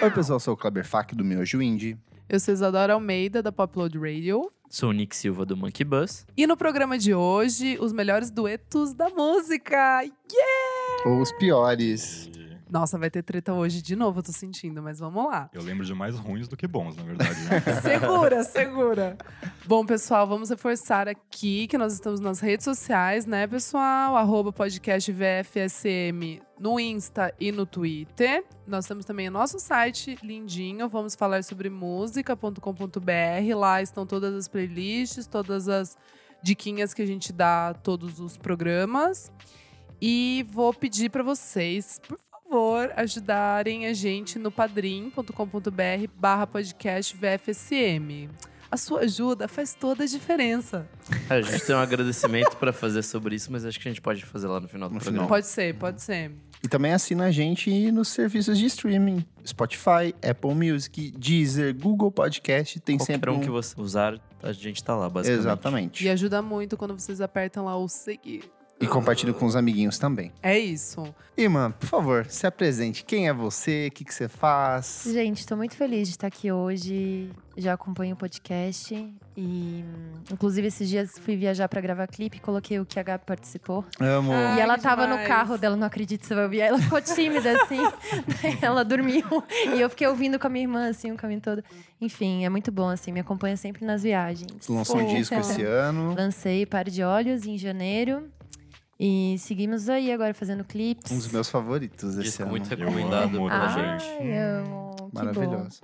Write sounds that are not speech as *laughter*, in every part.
Oi, pessoal, eu sou o Kleber Fak do Miojo Indie. Eu sou Isadora Almeida, da Popload Radio. Sou o Nick Silva do Monkey Bus. E no programa de hoje, os melhores duetos da música. Yeah! Ou os piores. Nossa, vai ter treta hoje de novo, eu tô sentindo, mas vamos lá. Eu lembro de mais ruins do que bons, na verdade. *laughs* *laughs* Né? Segura, segura. Bom, pessoal, vamos reforçar aqui que nós estamos nas redes sociais, né, pessoal? Arroba podcast VFSM no Insta e no Twitter. Nós temos também o nosso site, lindinho. Vamos falar sobre música.com.br. Lá estão todas as playlists, todas as diquinhas que a gente dá a todos os programas. E vou pedir para vocês, por favor, ajudarem a gente no padrim.com.br barra podcast VFSM. A sua ajuda faz toda a diferença. É, A gente tem um agradecimento pra fazer sobre isso, mas acho que a gente pode fazer lá no final do No programa. final. Pode ser, pode ser. E também assina a gente nos serviços de streaming: Spotify, Apple Music, Deezer, Google Podcast. Tem Qualquer sempre um que você usar, a gente tá lá, basicamente. Exatamente. E ajuda muito quando vocês apertam lá o seguir. E compartilha com os amiguinhos também. É isso. Irmã, por favor, se apresente. Quem é você? O que, que você faz? Gente, tô muito feliz de estar aqui hoje. Já acompanho o podcast e, hum, inclusive, esses dias fui viajar pra gravar clipe, coloquei o que a Gabi participou. Amo. Ah. Ai, e ela que tava demais. no carro dela, não acredito que você vai ouvir. Aí ela ficou tímida, *laughs* assim. *laughs* Daí ela dormiu. E eu fiquei ouvindo com a minha irmã, assim, o caminho todo. Enfim, é muito bom, assim. Me acompanha sempre nas viagens. Lançou um Fofa. disco esse ano. Um Lancei Par de Olhos em janeiro. E seguimos aí agora fazendo clipes. Um dos meus favoritos esse Disco ano. muito Eu recomendado amo pela também. gente. Ai, amo. Que bom. Maravilhoso.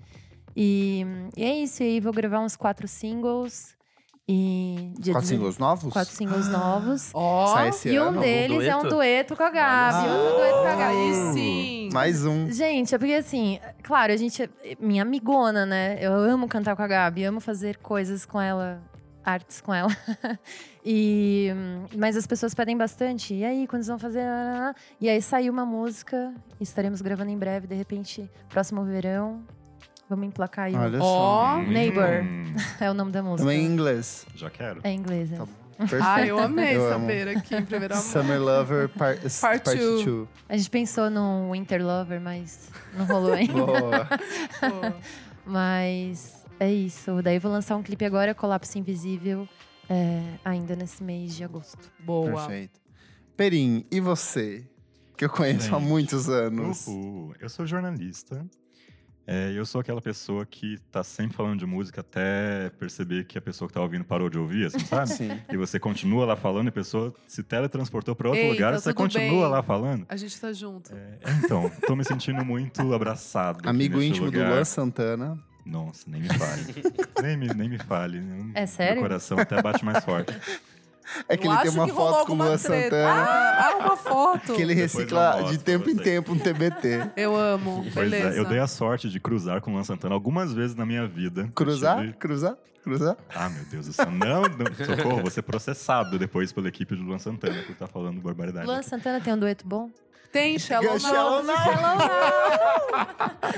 E, e é isso, e aí vou gravar uns quatro singles. E dia Quatro 18 singles novos? quatro *gasps* singles novos. Ó, tá Sai esse e um ano. deles é um dueto? dueto com a Gabi. Olha só. Outro dueto com a Gabi. aí Ah. sim. Mais um. Gente, é porque assim, claro, a gente é minha amigona, né? Eu amo cantar com a Gabi, amo fazer coisas com ela, artes com ela. *laughs* e mas as pessoas pedem bastante. E aí, quando vocês vão fazer? E aí saiu uma música, estaremos gravando em breve, de repente, próximo verão. Vamos emplacar aí. um- Olha Ó. só. Hum, Neighbor. É o nome da música. Também em inglês. Já quero. É inglês, é. Tá Perfeito. Ah, eu amei Eu amo. saber aqui *laughs* em primeiro amor. Summer Lover par, *laughs* Part Part two. 2. A gente pensou num Winter Lover, mas não *laughs* rolou ainda. Boa. mas é isso. Daí vou lançar um clipe agora, Colapso Invisível, é, ainda nesse mês de agosto. *laughs* Boa. Perfeito. Perim, e você? Que eu conheço há Gente. muitos anos. Uhul. Eu sou jornalista. É, eu sou aquela pessoa que tá sempre falando de música até perceber que a pessoa que tá ouvindo parou de ouvir, assim, sabe? Sim. E você continua lá falando e a pessoa se teletransportou pra outro Ei, lugar tá e você tudo continua bem. lá falando. A gente tá junto. É, então, tô me sentindo muito abraçado. aqui Amigo neste íntimo lugar. do Luan Santana. Nossa, nem me fale. nem, me, nem me fale. Meu- É sério? Meu coração até bate mais forte. É que Eu ele tem acho uma que rolou foto com o alguma Luan treta. Santana. Ah, ah, uma foto. *laughs* Que ele Depois eu recicla mostro de tempo pra em vocês. tempo um *laughs* TBT. Eu amo. Pois é, Beleza. eu dei a sorte de cruzar com o Luan Santana algumas vezes na minha vida. Eu Cruzar, tive- cruzar, cruzar. Ah, meu Deus do céu. Não, não, socorro, vou ser processado depois pela equipe do Luan Santana por estar falando Tá, barbaridade. Luan aqui. Santana tem um dueto bom? Tem Shallow Shallow Now.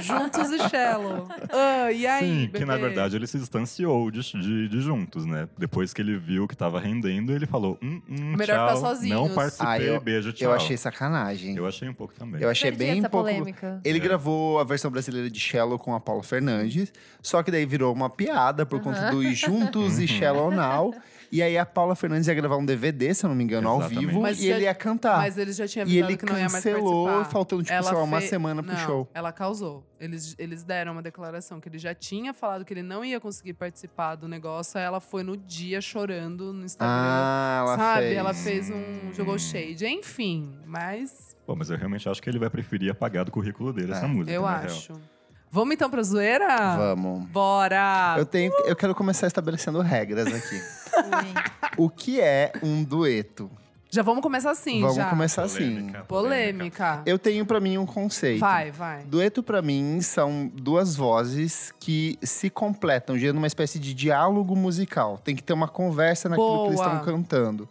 Juntos e Shallow. Ah, e aí, Sim, que na bebê? verdade ele se distanciou de, de- de juntos, né? Depois que ele viu que tava rendendo, ele falou: hum, hum, Melhor tchau, ficar sozinhos." Não participei, Ah, eu- beijo, tchau. Eu achei sacanagem. Eu achei um pouco também. Eu achei Perdi bem essa pouco. polêmica. Ele É. gravou a versão brasileira de Shallow com a Paula Fernandes, só que daí virou uma piada por conta do Juntos Uhum. e Shallow Now. E aí a Paula Fernandes ia gravar um DVD, se eu não me engano, ao Exatamente. vivo, Mas e ele já- ia cantar. Mas ele já tinha Ah, e avisado ele que não ia mais cancelou, participar. faltando, tipo, sei lá, uma fe- semana pro Não, show. Ela causou. Eles, eles deram uma declaração que ele já tinha falado que ele não ia conseguir participar do negócio. Aí ela foi no dia chorando no Instagram. Ah, ela sabe? fez. Ela fez um. jogou shade. Enfim, mas Bom, mas eu realmente acho que ele vai preferir apagar do currículo dele É. essa música. eu na é real. acho. Vamos então pra zoeira? Vamos. Bora! Eu, tenho, eu quero começar estabelecendo regras aqui. *laughs* Ui. o que é um dueto? Já vamos começar assim, Vamos já. começar assim. Polêmica, Polêmica. Eu tenho pra mim um conceito. Vai, vai. Dueto pra mim são duas vozes que se completam, gerando uma espécie de diálogo musical. Tem que ter uma conversa naquilo que eles Boa. estão cantando.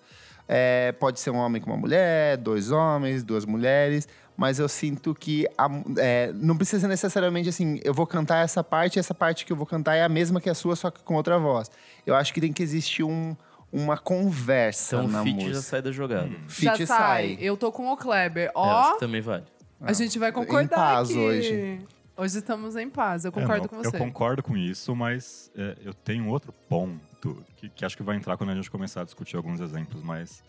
É, pode ser um homem com uma mulher, dois homens, duas mulheres, mas eu sinto que a mu- é, não precisa necessariamente assim, eu vou cantar essa parte, essa parte que eu vou cantar é a mesma que a sua, só que com outra voz. Eu acho que tem que existir um- uma conversa um Então tá na o feat já música. sai da jogada. Fit já sai. Eu tô com o Kleber. É, acho Ó, que também vale. a gente vai tá. em concordar paz aqui. hoje. Hoje estamos em paz, eu É, concordo não, com você. Eu concordo com isso, mas é, eu tenho outro ponto que, que acho que vai entrar quando a gente começar a discutir alguns exemplos, mas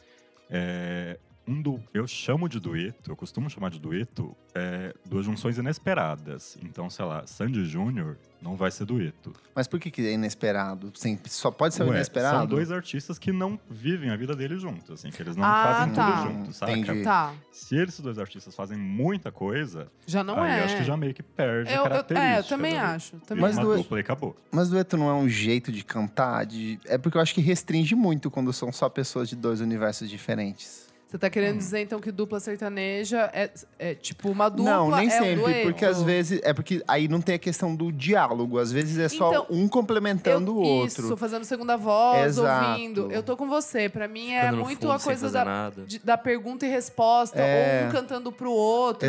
é, um do, eu chamo de dueto, eu costumo chamar de dueto, é, duas junções inesperadas. Então, sei lá, Sandy Júnior não vai ser dueto. Mas por que, que é inesperado? Sim, só pode ser o Ué, inesperado? São dois artistas que não vivem a vida deles juntos, assim, que eles não Ah, fazem tá. tudo juntos, saca? Entendi. Tá, Se esses dois artistas fazem muita coisa, já não aí é. eu acho que já meio que perde Eu- eu- a característica. é, eu também do- acho. Vira Também Mas uma duas- dupla e acabou. Mas dueto não é um jeito de cantar? de- É porque eu acho que restringe muito quando são só pessoas de dois universos diferentes. Você tá querendo dizer, então, que dupla sertaneja é, é tipo uma dupla. não, nem é um sempre, dueto? porque às vezes. É porque aí não tem a questão do diálogo. Às vezes é só Então, um complementando o Eu- outro. Isso, fazendo segunda voz, Exato. ouvindo. Eu tô com você. Pra mim é Ficando no muito fundo, a sem coisa fazer da, nada. de- da pergunta e resposta, É. ou um cantando pro outro.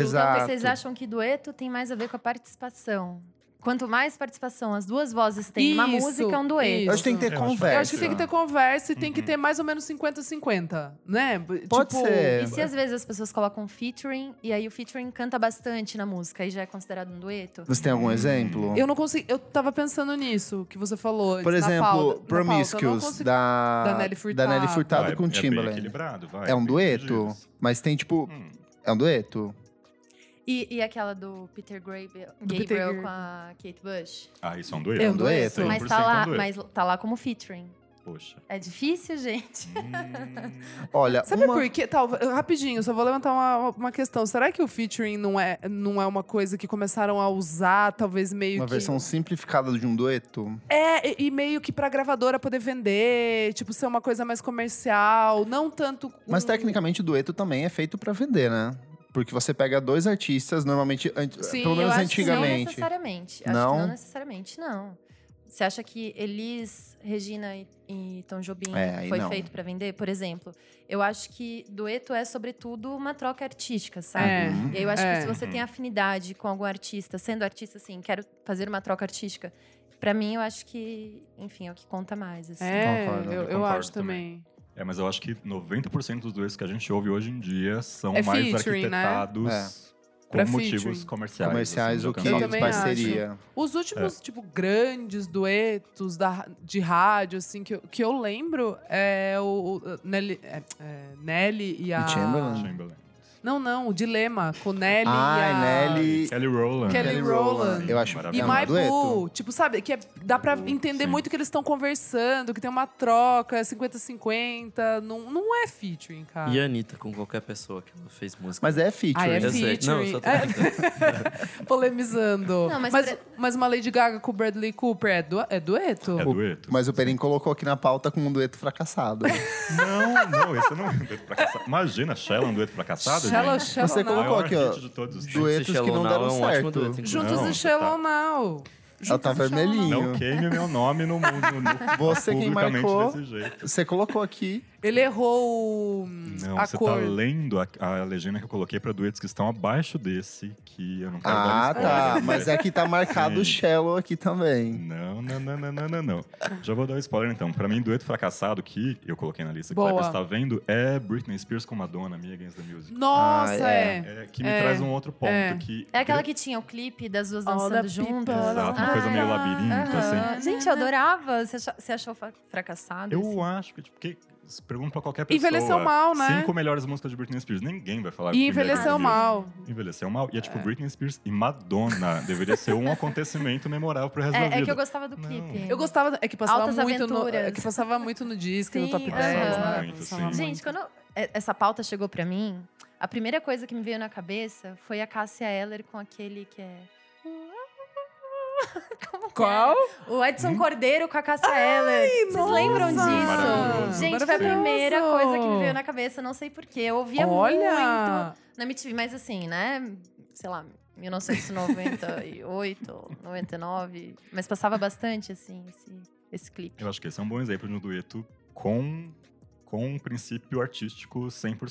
*laughs* Exato. Então, vocês acham que dueto tem mais a ver com a participação? Quanto mais participação as duas vozes têm numa Isso, música, é um dueto. Eu acho que tem que ter Eu acho que- conversa. Eu acho que tem que ter conversa e tem que ter mais ou menos 50-50, né? Pode tipo, ser. E se às vezes as pessoas colocam featuring, e aí o featuring canta bastante na música, e já é considerado um dueto? Você tem algum exemplo? Eu não consigo. Eu tava pensando nisso que você falou. Por na exemplo, pauta- na pauta, eu não Promiscuous, consigo- da, Da Nelly Furtado. Nelly Furtado Vai, com é bem Timbaland. equilibrado, vai, É, um bem dueto, dividido. mas tem tipo. Hum, É um dueto? E, e aquela do Peter Gabriel, Peter Gabriel Gabriel. com a Kate Bush? ah, isso é um dueto? É um dueto. Mas 100% tá, é um lá, dueto. mas tá lá como featuring. Poxa. É difícil, gente? Hum, Olha, Sabe uma... por quê? Talvez- rapidinho, só vou levantar uma, uma questão. Será que o featuring não é, não é uma coisa que começaram a usar, talvez meio Uma que. versão simplificada de um dueto? É, e, e meio que pra gravadora poder vender, tipo, ser uma coisa mais comercial, não tanto. Mas um- tecnicamente o dueto também é feito pra vender, né? Porque você pega dois artistas, normalmente, an- Sim, pelo eu menos acho que Não antigamente. necessariamente. Acho Não? que não necessariamente, não. Você acha que Elis, Regina e, e Tom Jobim É, aí foi não. feito pra vender, por exemplo? Eu acho que dueto é, sobretudo, uma troca artística, sabe? É. Uhum. E aí eu acho É. que se você tem afinidade com algum artista, sendo artista, assim, quero fazer uma troca artística, pra mim eu acho que, enfim, é o que conta mais. Assim. É, Concordo, eu, eu eu concordo acho também. É, mas eu acho que 90% dos duetos que a gente ouve hoje em dia são É mais featuring, né? arquitetados Pra com motivos featuring. comerciais. É. Comerciais, assim, o de que? Eu alcançar também os parceiros. Parceria. Os últimos, tipo, grandes duetos da, de rádio, assim, que, eu- que eu lembro é o, o Nelly, é, é, Nelly e a. Chamberlain? Chamberlain. Não, não, o Dilema, com Nelly e a. Ah, Nelly. Kelly Rowland. Kelly Rowland. Eu acho E É Maravilhoso. um My Blue, dueto? tipo, sabe? Que é- dá pra entender Sim. muito que eles estão conversando, que tem uma troca, 50-50. Não, não é featuring, cara. E a Anitta com qualquer pessoa que ela fez música. Mas é Ah, é featuring. Eu sei. Não, eu só tô brincando. Polemizando. Não, mas, mas mas, pra- uma Lady Gaga com o Bradley Cooper é, du- é dueto? É dueto. Mas o Perim colocou aqui na pauta com um dueto *laughs* fracassado. tá Não, não, esse não é um dueto fracassado. Imagina, Shella um dueto fracassado, Shallow, gente. Shallow Você Now. colocou Maior aqui, ó, hit de todos os tempos. duetos que Shallow não Now deram é um certo. ótimo dueto, inclusive. Juntos Não, e você Shallow tá- Now. Ela tá Juntos e Shallow Now. vermelhinho. Não queime meu nome no mundo. No, Você quem publicamente marcou. Desse jeito. Você colocou aqui. Ele errou hum, Não, a você cor. tá lendo a, a legenda que eu coloquei pra duetos que estão abaixo desse, que eu não quero dar Ah, spoiler, tá. né? Mas aqui tá marcado o Sim. Shallow aqui também. Não, não, não, não, não, não, não. Já vou dar um spoiler então. Pra mim, dueto fracassado que eu coloquei na lista que Boa. o Kleber está vendo é Britney Spears com Madonna, Me Against the Music. Nossa, Ah, é. é. É, que me É, traz um outro ponto é. que. É aquela que "Ah, tinha o clipe das duas All the dançando juntas. people. Exato, uma coisa Ai, meio labirinto, aham. assim. Gente, eu adorava. Você achou, você achou fa- fracassado? Eu acho que, tipo, que, se pergunta pra qualquer pessoa. Envelheceu mal, né? Cinco melhores músicas de Britney Spears. Ninguém vai falar. E Me Against the envelheceu Music. mal. Envelheceu mal. E é tipo, Britney Spears e Madonna. Deveria ser um acontecimento memorável pro resto da É, vida. é que eu gostava do Não. clipe. Eu gostava. É que passava Altas muito no. aventuras. É que passava muito no disco, e no Sim, top 10. aham. né? Muito, Passava sim. Gente, quando eu- e- essa pauta chegou pra mim, a primeira coisa que me veio na cabeça foi a Cássia Eller com aquele que é. *laughs* Como que Qual? é? O Edson Hum? Cordeiro com a Cássia Eller. Vocês nossa! lembram Maravilhoso. disso? Gente, foi a Maravilhoso. primeira coisa que me veio na cabeça, não sei porquê. Eu ouvia muito Olha! na MTV, mas assim, né? Sei lá, *laughs* 1998, 99. Mas passava bastante, assim, esse, esse clipe. Eu acho que esse é um bom exemplo de um dueto com, com um princípio artístico 100%. Assim, que eu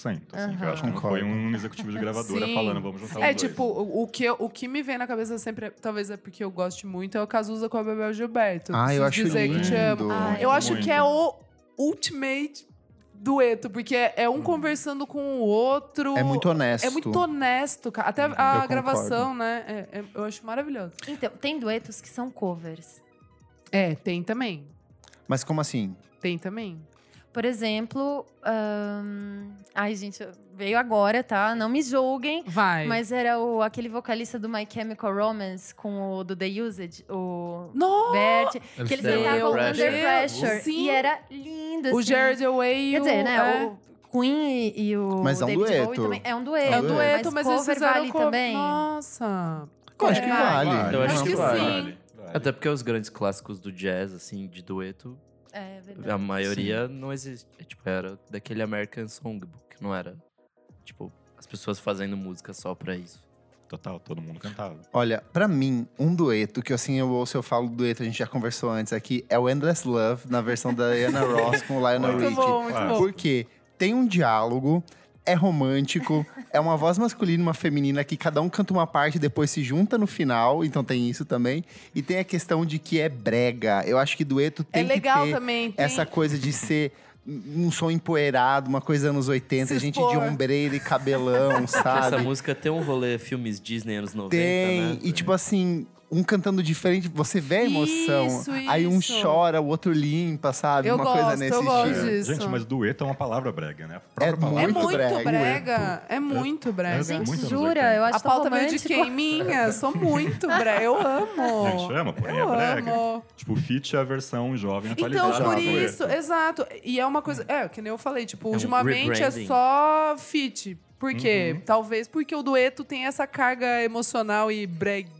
Aham. acho que não Concordo. foi um executivo de gravadora Sim. falando, vamos juntar É os dois. tipo, o, o que, eu- o que me vem na cabeça sempre, é- talvez é porque eu gosto muito, é o Cazuza com a Bebel Gilberto. Ah, eu acho Preciso dizer lindo. que é te amo. Ai, Eu acho Muito. que é o ultimate dueto, porque é, é Uhum. um conversando com o outro. É muito honesto. É muito honesto, cara. Até Uhum. Eu a concordo. gravação, né? É- é- eu acho maravilhoso. Então, tem duetos que são covers. É, tem também. Mas como assim? Tem também. Por exemplo, ahn, ai gente, veio agora, tá? Não me julguem. Vai. Mas era o, aquele vocalista do My Chemical Romance com o do The *gasps* Used, o Nossa! Bert, que eles Under cantavam Under Pressure. Pressure. Sim. E era lindo, assim. O Jared Away. Quer o- dizer, né? é. O Queen e, e o Mas é um David Bowie dueto. também. É um dueto. É o dueto, mas, eles cover fizeram vale cover. também. Nossa. Eu acho que É, vale. Vale, Então, Eu acho Não, que vale. sim. Até porque os grandes clássicos do jazz, assim, de dueto, É verdade. a maioria não existe. É, Tipo, era daquele American Songbook, não era? Tipo, as pessoas fazendo música só pra isso. Total, todo mundo cantava. Olha, pra mim, um dueto, que assim eu ouço, eu falo dueto, a gente já conversou antes aqui, é o Endless Love, na versão da Diana Ross com o Lionel Muito Richie. bom, muito Claro. bom. Porque tem um diálogo, é romântico, é uma voz masculina e uma feminina que cada um canta uma parte e depois se junta no final, então tem isso também. E tem a questão de que é brega. Eu acho que dueto É tem legal que ter também. Tem... essa coisa de ser um som empoeirado, uma coisa anos 80, Se gente de expor. ombreira e cabelão, *laughs* Essa sabe? música tem um rolê filmes Disney anos 90, Ah, Tem. né? E tipo assim, um cantando diferente, você vê a emoção. Isso, aí um isso. chora, o outro limpa, sabe? Eu uma gosto, coisa eu nesse gosto estilo. disso. É. Gente, mas dueto é uma palavra brega, né? A É própria palavra. É muito muito brega. brega. né? É muito brega. É Gente, muito anos jura? 80. Eu acho A tão pauta veio de um romântico. quem? Minha? *laughs* Sou muito brega. Eu Não amo. chama, porém, é Eu brega. amo. Tipo, fit é a versão jovem Então, atualizada. por do dueto. isso, exato. E é uma coisa. É, que nem eu falei, tipo, É um ultimamente é rebranding. só fit. Por quê? Uhum. Talvez porque o dueto tem essa carga emocional e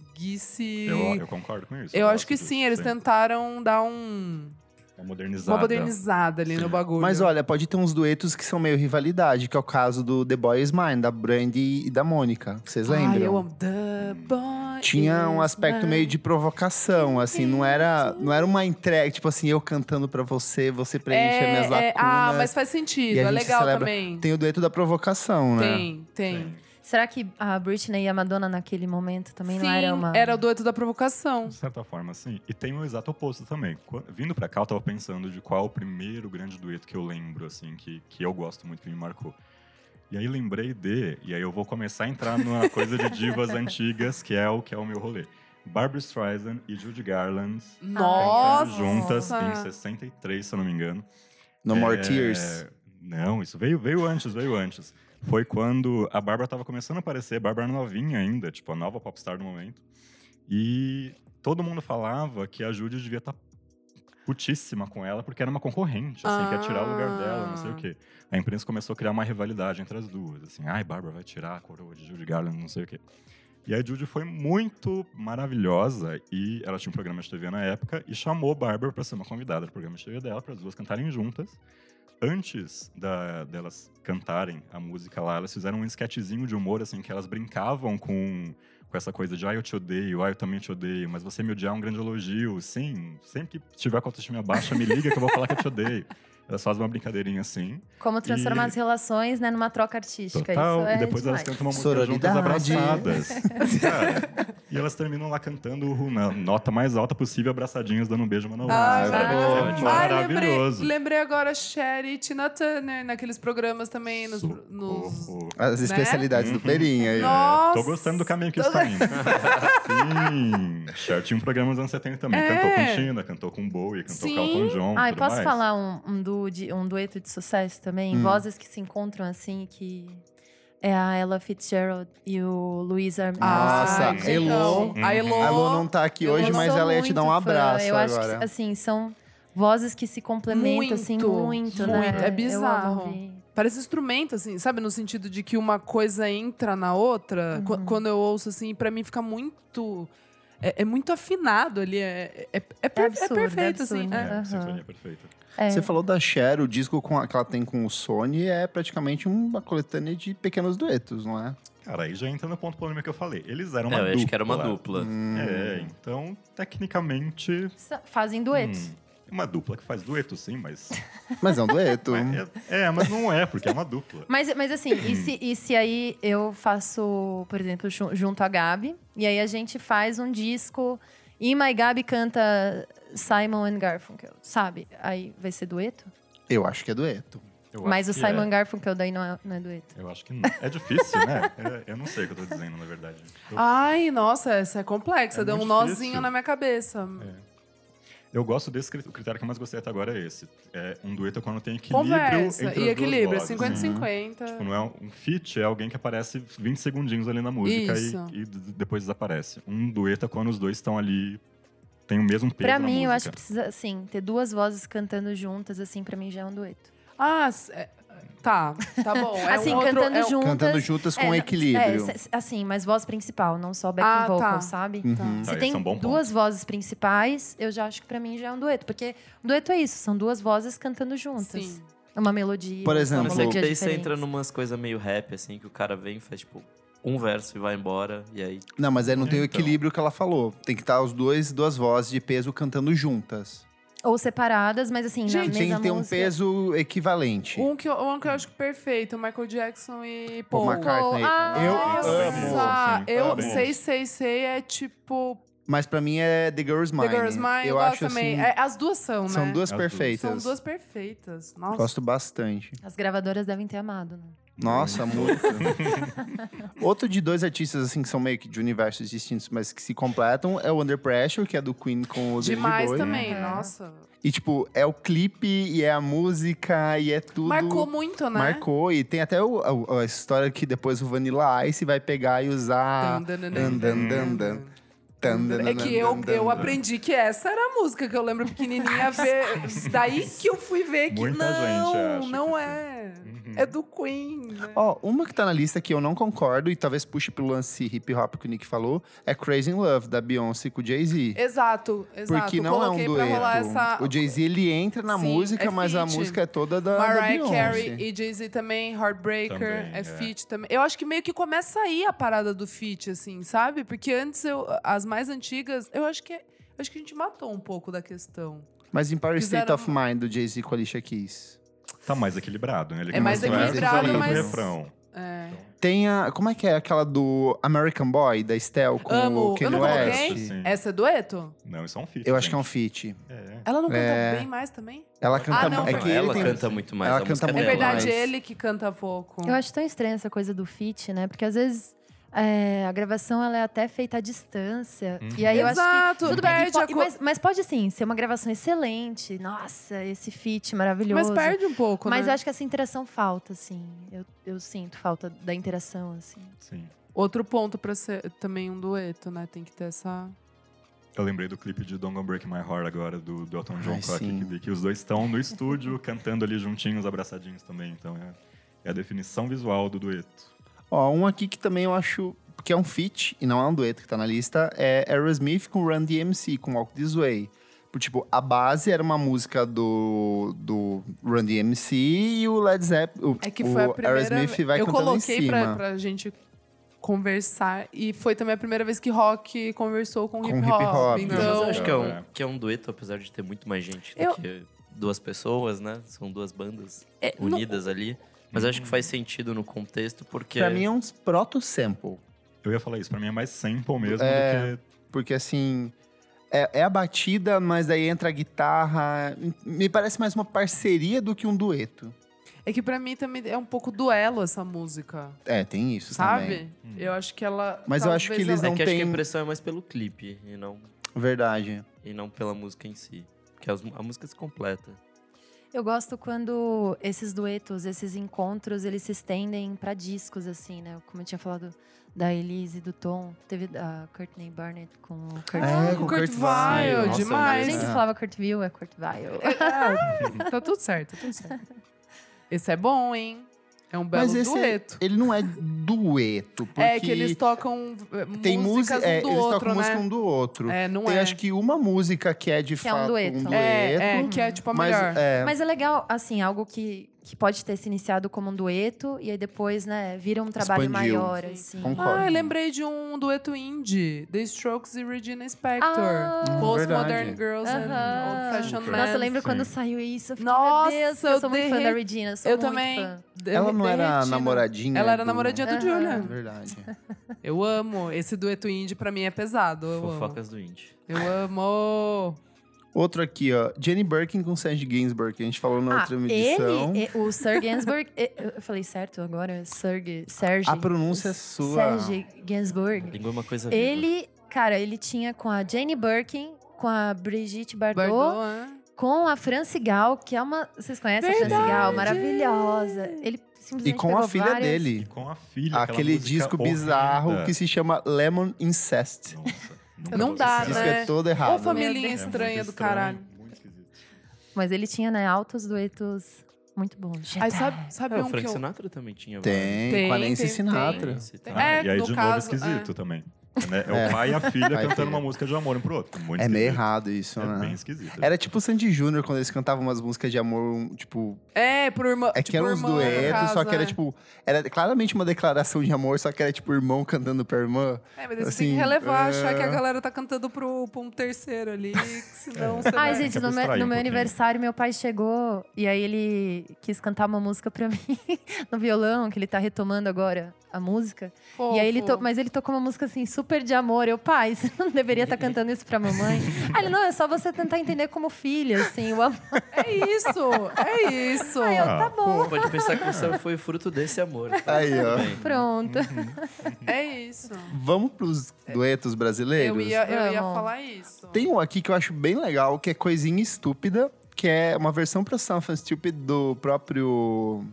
breguice. Eu, eu concordo com isso. Eu acho gosto que disso, sim, eles tentaram dar um, Uma modernizada. uma modernizada ali no bagulho. Mas olha, pode ter uns duetos que são meio rivalidade, que é o caso do The Boy Is Mine, da Brandy e da Mônica. Vocês lembram? Ai, eu amo. né? The boy Tinha um is aspecto mine. meio de provocação, assim, não era, não era uma entrega, tipo assim, eu cantando pra você, você preenche é, minhas lacunas. é, Ah, mas faz sentido. e a É gente legal celebra- também. Tem o dueto da provocação, né? tem. tem. Sim. Será que a Britney e a Madonna naquele momento também Sim, não era uma. era o dueto da provocação. De certa forma, sim. E tem o exato oposto também. Qu- Vindo pra cá, eu tava pensando de qual o primeiro grande dueto que eu lembro, assim, que, que eu gosto muito, que me marcou. E aí lembrei de, e aí eu vou começar a entrar numa coisa de *laughs* divas antigas, que é o que é o meu rolê. Barbra Streisand e Judy Garland Ah, é. Nossa! juntas em 63, se eu não me engano. No More É, Tears. Não, isso veio, veio antes, veio antes. Foi quando a Bárbara tava começando a aparecer, a Bárbara era novinha ainda, tipo, a nova popstar do momento. E todo mundo falava que a Júlia devia estar putíssima com ela, porque era uma concorrente, assim, que ia tirar o lugar dela, não sei o quê. A imprensa começou a criar uma rivalidade entre as duas, assim, ai, Bárbara vai tirar a coroa de Judy Garland, não sei o quê. E a Judy foi muito maravilhosa e ela tinha um programa de TV na época e chamou Bárbara para ser uma convidada do programa de TV dela, para as duas cantarem juntas. Antes da- delas cantarem a música lá, elas fizeram um sketchzinho de humor, assim, que elas brincavam com, com essa coisa de ah, eu te odeio, ah, eu também te odeio, mas você me odiar é um grande elogio. Sim, sempre que tiver com a autoestima baixa, me liga que eu vou falar que eu te odeio. Elas fazem uma brincadeirinha assim. Como transformar E- as relações né, numa troca artística. Total. Isso é e depois elas demais. cantam uma música Sororidade. juntas abraçadas. Cara, É. e elas terminam lá cantando o- na nota mais alta possível, abraçadinhas, dando um beijo uma na outra. Ah, Ah, Ai, sabe? maravilhoso. Tipo, Ai, lembrei, maravilhoso. lembrei agora Cher e Tina Turner naqueles programas também. Nos, Socorro. É, nos- As especialidades do Perinha. aí. Né? né? Nossa! Tô gostando do caminho que isso tá indo. Sim. Cher tinha um programa nos anos 70 também. É. Cantou com China, cantou com Bowie, cantou Sim. com Elton John. Ai, tudo posso mais. falar um, um, duo de- um dueto de sucesso também? Hum. Vozes que se encontram assim, que é a Ella Fitzgerald e o Louis Armstrong. Nossa, Ai, Elo. então, Uhum. A Elo. A Lu não tá aqui Eu hoje, mas sou ela ia te dar um muito fã. abraço Eu acho agora. que, assim, são vozes que se complementam, Muito, assim, muito, né? muito. É Eu amo bizarro. ouvir. Parece instrumento, assim, sabe? No sentido de que uma coisa entra na outra. Qu- Uhum. Quando eu ouço, assim, pra mim fica muito. É, é muito afinado ali. É, é, é, per- é absurdo, é perfeito, assim. absurdo. é. É, Aham. sinfonia perfeita. É. Você falou da Cher, o disco com a- que ela tem com o Sony é praticamente uma coletânea de pequenos duetos, não é? Cara, aí já entra no ponto polêmico que eu falei. Eles eram É, uma eu dupla. acho que era uma dupla. Hum. É, Hum. então, tecnicamente... Sa- Fazem duetos. hum, é uma dupla que faz dueto, sim, mas... Mas é um *laughs* dueto. mas é, é, mas não é, porque é uma dupla. Mas, mas assim, e se, e se aí eu faço, por exemplo, ju- junto a Gabi, e aí a gente faz um disco e My Gabi canta Simon and Garfunkel, sabe? Aí vai ser dueto? Eu acho que é dueto. Eu Mas o acho que é. Simon Garfunkel daí não é, não é dueto. Eu acho que não. É difícil, né? É, Eu não sei o que eu tô dizendo, na verdade. Eu, Ai, nossa, essa é complexa. É Deu um muito nozinho difícil. na minha cabeça. eu gosto desse critério. O critério que eu mais gostei até agora é esse. É um dueto quando tem equilíbrio Conversa entre e as duas equilíbrio. vozes. né? 50-50. Tipo, não é um feat, é alguém que aparece 20 segundinhos ali na música e- Isso. e, d- depois desaparece. Um dueto é quando os dois estão ali, tem o mesmo peso Pra na mim, eu música. acho que precisa, assim, ter duas vozes cantando juntas, assim, pra mim já é um dueto. Ah, s- é- tá, tá *laughs* bom. É assim, um outro, cantando é um- juntas. Cantando juntas é, com não, equilíbrio. é, se- assim, mas voz principal, não só backing Ah, tá. vocal, sabe? Uhum. Tá, Se esse tem é um bom ponto. duas vozes principais, eu já acho que pra mim já é um dueto. Porque um dueto é isso, são duas vozes cantando juntas. Sim. É uma melodia. Por é uma exemplo, Mas é que melodia daí você diferente. entra numas coisas meio rap, assim, que o cara vem e faz, tipo, um verso e vai embora. E aí, Não, mas aí não tem o Então. equilíbrio que ela falou. Tem que estar os dois, duas vozes de peso cantando juntas. Ou separadas, mas assim, na Gente, tem mesma que ter um música. peso equivalente. Um que, eu- um que eu acho perfeito, Michael Jackson e Paul Paul. McCartney. Ah, eu amo. Nossa, amo. Sim, eu parabéns. sei, sei, sei é tipo Mas pra mim é The Girl's Mine. The Girls Mine, eu, eu gosto acho também. assim, É, as duas são, são né? duas É As duas. perfeitas. São duas perfeitas. Nossa. Gosto bastante. As gravadoras devem ter amado, né? Nossa, *laughs* muito. Outro de dois artistas assim que são meio que de universos distintos, mas que se completam é o Under Pressure, que é do Queen com o David Demais Bowie. também, Uhum. nossa. E tipo, é o clipe e é a música e é tudo. Marcou muito, né? Marcou, e tem até o- a, a história que depois o Vanilla Ice vai pegar e usar. Dun, dun, Dan, dun, dan, dan, dan. Tan, dan, É dan, dan, que eu, dan, eu dan. aprendi que essa era a música que eu *laughs* lembro pequenininha. ver- Daí que eu fui ver que Muita não, gente acha não que é. Uhum. É do Queen. né? Ó, uma que tá na lista que eu não concordo e talvez puxe pro lance hip hop que o Nick falou é Crazy in Love, da Beyoncé com o Jay-Z. Exato, exato. Porque não é um Coloquei pra dueto. rolar essa... O Jay-Z ele entra na Sim, música, é mas a feat. música é toda da, da Mariah Beyoncé. Carey e Jay-Z também, Heartbreaker, Também, é, é. feat também. Eu acho que meio que começa aí a parada do feat, assim, sabe? Porque antes, eu, as mais antigas, eu acho que, é, eu acho que a gente matou um pouco da questão. Mas Empire State Fizeram of Mind do Jay-Z com a Alicia Keys. Tá mais equilibrado, né? Ele É mais começa versos, equilibrado, além do mas- refrão. É. Tem a. Como é que é aquela do American Boy, da Estelle com Amo, o eu Kanye não West? coloquei. Sim. Essa é dueto? Não, isso é um feat. Eu acho que é um gente. feat. É, é. Ela não canta É. bem mais também? Ela canta não, mu- é foi- que ele ela tem- canta muito mais. Ela a canta música muito É dela. verdade, mais. ele que canta pouco. Eu acho tão estranha essa coisa do fit, né? Porque às vezes é, a gravação ela é até feita à distância. Uhum. E aí eu acho que. Exato, Tudo bem, perde e po- a e co- mas, mas pode sim ser uma gravação excelente. Nossa, esse fit maravilhoso. Mas perde um pouco, Mas né? eu acho que essa interação falta, assim. Eu, eu sinto falta da interação, assim. Sim. Outro ponto pra ser também um dueto, né? Tem que ter essa... Eu lembrei do clipe de Don't Go Break My Heart agora, do, do Elton John Ai, com a sim. Kiki Dee, que os dois estão no estúdio *laughs* cantando ali juntinhos, abraçadinhos também. Então é, é a definição visual do dueto. Ó, um aqui que também eu acho que é um feat, e não é um dueto que tá na lista, é Aerosmith com Run DMC, com Walk This Way. Por, Tipo, a base era uma música do, do Run DMC e o Led Zeppelin. O, É que foi o a primeira. Aerosmith vai eu cantando em coloquei cima. pra, pra gente conversar e foi também a primeira vez que rock conversou com, Com hip hip hop. hop. Não, mas Então, eu acho que é, um, É. que é um dueto, apesar de ter muito mais gente Eu- do que duas pessoas, né? São duas bandas É, não- unidas ali. Mas eu acho que faz sentido no contexto, porque. Uhum. Pra mim é um proto-sample. Eu ia falar isso, pra mim é mais sample mesmo É. do que. Porque assim. É, é a batida, mas daí entra a guitarra. Me parece mais uma parceria do que um dueto. é que pra mim também é um pouco duelo essa música, É, tem isso também. sabe? Hum. Eu acho que ela. Mas eu acho que talvez eles ela- não é que acho que a tem- impressão é mais pelo clipe e não, Verdade. e não pela música em si. Porque as- a música se completa. Eu gosto quando esses duetos, esses encontros, eles se estendem pra discos, assim, né? Como eu tinha falado da Elise e do Tom. Teve a Courtney Barnett com o Kurt É, Ah, com com Kurt Kurt Vile, Vile. Nossa, A demais. gente É. falava Kurt Vile, é Kurt Vile. *laughs* É, tá tudo certo, tá tudo certo. Esse é bom, hein? É um belo Mas esse, dueto. ele não é dueto, porque É que eles tocam eh, tem músicas música, é, um do eles outro, tocam né? música um do outro. É, não tem é. acho que uma música que é de Que é um fato dueto. um dueto, é, é, que é tipo a mas melhor. é, Mas é legal, assim, algo que, que pode ter se iniciado como um dueto e aí depois, né, vira um trabalho Expandiu. maior, Sim. assim. concordo. Ah, eu lembrei de um dueto indie, The Strokes e Regina Spector. Ah, Hum, Postmodern verdade. Girls and Aham. Old Fashioned Man. Nossa, eu lembro Sim. quando saiu isso. Eu fiquei, Nossa, meu Deus, eu eu sou muito fã da derre- Regina. sou Eu muito também. fã. de- Ela não era É derretida. namoradinha Ela era do- É namoradinha do Aham. Julian. Verdade. *laughs* Eu amo. Esse dueto indie pra mim é pesado. Eu amo. Fofocas do Indie. Eu amo. Outro aqui, ó. Jenny Birkin com Serge Gainsbourg, que a gente falou na Ah, outra edição. ele, é e- o Sir Gainsbourg, *laughs* e- eu falei certo agora, Sir, Serge. A pronúncia é sua. Serge Gainsbourg. Língua é uma coisa viva. Ele, cara, ele tinha com a Jane Birkin, com a Brigitte Bardot, Bardot, né? com a Franci Gal, que é uma, vocês conhecem a Franci Gal, maravilhosa. Ele E simplesmente com a pegou filha várias- E dele. com a filha. aquela Aquele música disco horrenda. bizarro que se chama Lemon Incest. Nossa, Não vou dá, Esse esquecer. disco né? é todo Ô, errado. família Meu Deus. estranha do caralho. Muito esquisito. Mas ele tinha, né, altos duetos muito bons. Aí sabe, sabe É, o um que Frank eu... Sinatra também tinha. Tem, Tem, com a Nancy tem, Sinatra. vários. Esse Tem- tá- É, e aí, no de novo, caso, esquisito também. né? É, É. o pai e a filha Pai e cantando filha. uma música de amor um pro outro. Muito É meio esquisito. errado isso, É bem né? esquisito. Era tipo o Sandy Júnior quando eles cantavam umas músicas de amor, um, tipo. É, pro irmão. É que tipo, eram uns irmão, no duetos, só caso, que era é. tipo. Era claramente uma declaração de amor, só que era tipo irmão cantando pra irmã. É, mas aí você assim, tem que relevar, achar que a é. galera tá cantando pro, pra um terceiro ali, que senão você vai... É. Ai, gente, Quer no, meu, distrair no um meu pouquinho. aniversário, meu pai chegou e aí ele quis cantar uma música pra *laughs* mim no violão, que ele tá retomando agora a música. E aí ele to... Fofo. Mas ele tocou uma música assim, super de amor. Eu, pai, *laughs* você não deveria estar cantando isso pra *laughs* mamãe. aí ele, não, é só você tentar entender como filho, assim, o amor. É isso, é isso. Aí eu, Ah, tá bom, pô. Pode pensar que você foi fruto desse amor. Aí, Tudo ó. bem. pronto. Hum, É isso. Vamos pros duetos É. Eu brasileiros? ia, eu ia Vamos. falar isso. Tem um aqui que eu acho bem legal, que é Coisinha Estúpida, que é uma versão pra Something Stupid do próprio.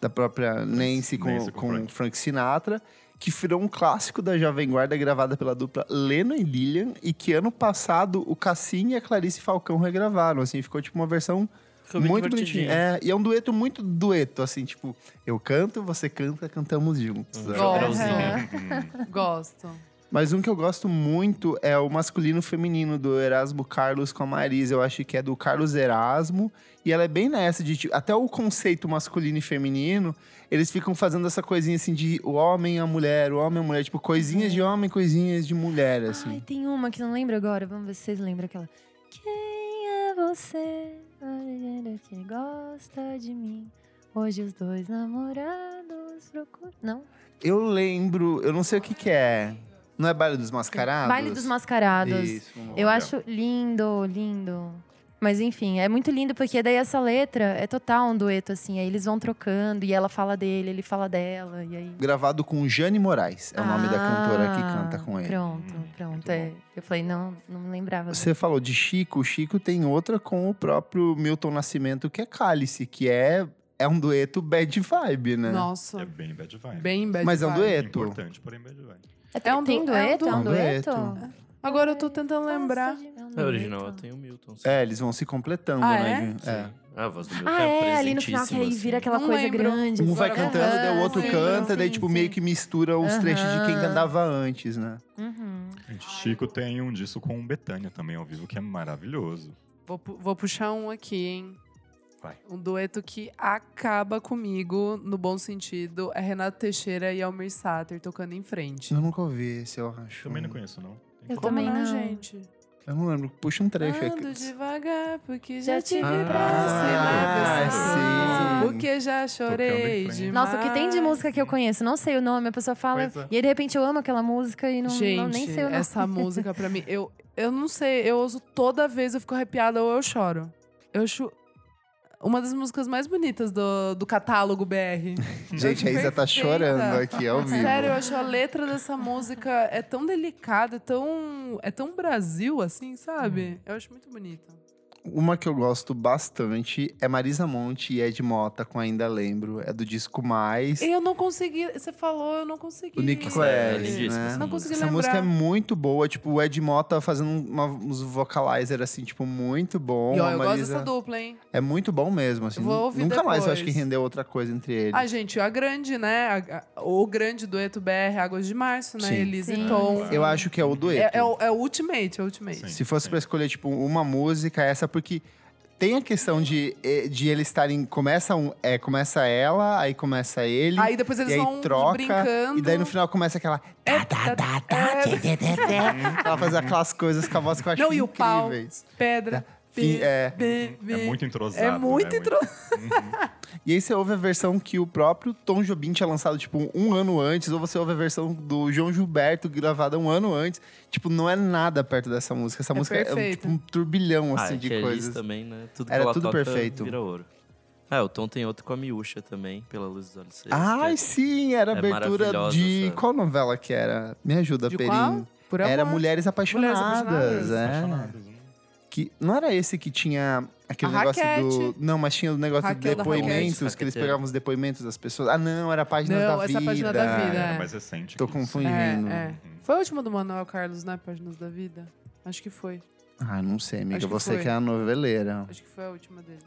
da própria Nancy com, Nancy com com Frank. Frank Sinatra, que virou um clássico da Jovem Guarda gravada pela dupla Leno e Lilian, e que ano passado o Cassim e a Clarice Falcão regravaram, assim, ficou tipo uma versão Ficou bem muito divertidinho. bonitinha. É, e é um dueto muito dueto, assim, tipo, eu canto, você canta, cantamos juntos. Um É. jogralzinho. Uhum. Gosto. Mas um que eu gosto muito é o masculino feminino do Erasmo Carlos com a Marisa. Eu acho que é do Carlos Erasmo. E ela é bem nessa de tipo, até o conceito masculino e feminino, eles ficam fazendo essa coisinha assim de o homem e a mulher, o homem e a mulher, tipo coisinhas de homem, coisinhas de mulher Uhum. é Ai, assim. tem uma que não lembro agora. Vamos ver se vocês lembram aquela. Quem é você? Olha Que gosta de mim. Hoje os dois namorados procuram. Não? Eu lembro, eu não sei o que que é. Não é Baile dos Mascarados? Baile dos Mascarados. Isso. Eu Olha. acho lindo, lindo. Mas enfim, é muito lindo porque daí essa letra é total um dueto, assim. Aí eles vão trocando e ela fala dele, ele fala dela. E aí. Gravado com Jane Moraes, é o nome da cantora que Ah, canta com ele. Pronto, Hum, pronto. muito é. Eu falei, não, não lembrava. Você falou de Chico, o Chico tem outra com o próprio Milton Nascimento, que é Cálice, que é, é um dueto bad vibe, né? É Nossa, bem bad vibe. bem bad Mas é um vibe. dueto. Importante, porém bad vibe. É, um tem du- é um dueto? É um dueto? Agora eu tô tentando lembrar. um É original, tem o Milton. sim. É, eles vão se completando, Ah, né? Sim. É. Ah, a voz do Milton Ah, é, ali no final que presentíssima, aí vira assim. aquela Não coisa lembro. grande. Um vai assim. cantando, daí o outro Aham, sim, canta, daí sim, tipo sim. meio que mistura os trechos de quem Aham. cantava antes, né? Uhum. Chico tem um disco com o Betânia também ao vivo, que é maravilhoso. Vou, pu- vou puxar um aqui, hein? Vai. Um dueto que acaba comigo, no bom sentido, é Renato Teixeira e Almir Sater tocando em frente. Eu nunca ouvi esse, eu acho. Também não conheço, não. Tem Eu que- Como também não, não. gente? Eu não lembro. Puxa um trecho Ando aqui. devagar, porque Já já tive tive pra Ah, celebrar. sim. assim. Porque já em chorei frente. demais. Nossa, o que tem de música que eu conheço? Não sei o nome, a pessoa fala. Pois é. E aí, de repente eu amo aquela música e não, Gente, não- nem sei o nome. essa música pra mim, eu, eu não sei, eu ouço toda vez, eu fico arrepiada ou eu choro. Eu acho uma das músicas mais bonitas do, do catálogo *laughs* BR. Gente, a Isa tá Perfeita. chorando aqui é ao vivo. Sério, eu acho a letra dessa música é tão delicada, é tão, é tão Brasil, assim, sabe? Hum. Eu acho muito bonita. Uma que eu gosto bastante é Marisa Monte e Ed Mota, com Ainda Lembro. É do disco Mais. Eu não consegui, você falou, eu não consegui. O Nick Nossa, é Coelho, lindíssima né? essa Não música. consegui Essa lembrar. música é muito boa, tipo, o Ed Mota fazendo uma- uns vocalizer, assim, tipo, muito bom. E ó, a eu gosto Marisa- dessa dupla, hein? É muito bom mesmo, assim. Vou ouvir Nunca mais eu acho que depois. rendeu outra coisa entre eles. Ah, gente, a grande, né? A- a- o grande dueto BR, Águas de Março, né? Sim. Elisa Sim. e Tom. eu acho que é o dueto. É, é o, é o Ultimate, é o Ultimate. Sim. Se fosse pra escolher, tipo, uma música, essa, porque tem a questão de, eh, de eles estarem. Começa, um, é, começa ela, aí começa ele. Aí depois e eles aí vão troca, brincando. É, e daí no final começa aquela. Tá, tá, tá, tá, tê, tê, tê, tê. Ela faz aquelas coisas com a voz que eu acho Não, e o pau. incríveis. Pedra, Fim- é. É muito entrosado. É muito né? entrosado. Uhum. E aí você ouve a versão que o próprio Tom Jobim tinha lançado, tipo, um ano antes, ou você ouve a versão do João Gilberto gravada um ano antes. Tipo, não é nada perto dessa música. Essa É música é perfeita. tipo, um turbilhão, Ah, assim, é que de a Liz coisas. também, né? Tudo que Era ela tudo toca perfeito. vira ouro. Ah, o Tom tem outro com a Miúcha também, pela luz dos olhos Celestes, Ai, que sim, era é abertura maravilhosa de. essa- Qual novela que era? Me ajuda, De Perim. qual? Por Era amor. Mulheres Apaixonadas. Apaixonadas. é. Apaixonados, né? Que, não era esse que tinha aquele A negócio raquete. do. Não, mas tinha o negócio Raquel de da depoimentos, raquete. que eles Raqueteiro. pegavam os depoimentos das pessoas. Ah, não, era a página Não, da essa vida. é a Páginas da É, Vida, era é. mais recente. Tô um que isso. confundindo. É, é. Uhum. Foi o último do Manuel Carlos, né? Páginas da Vida. Acho que foi. Ah, não sei, amiga. Acho que você foi. que é a noveleira. Acho que foi a última dele.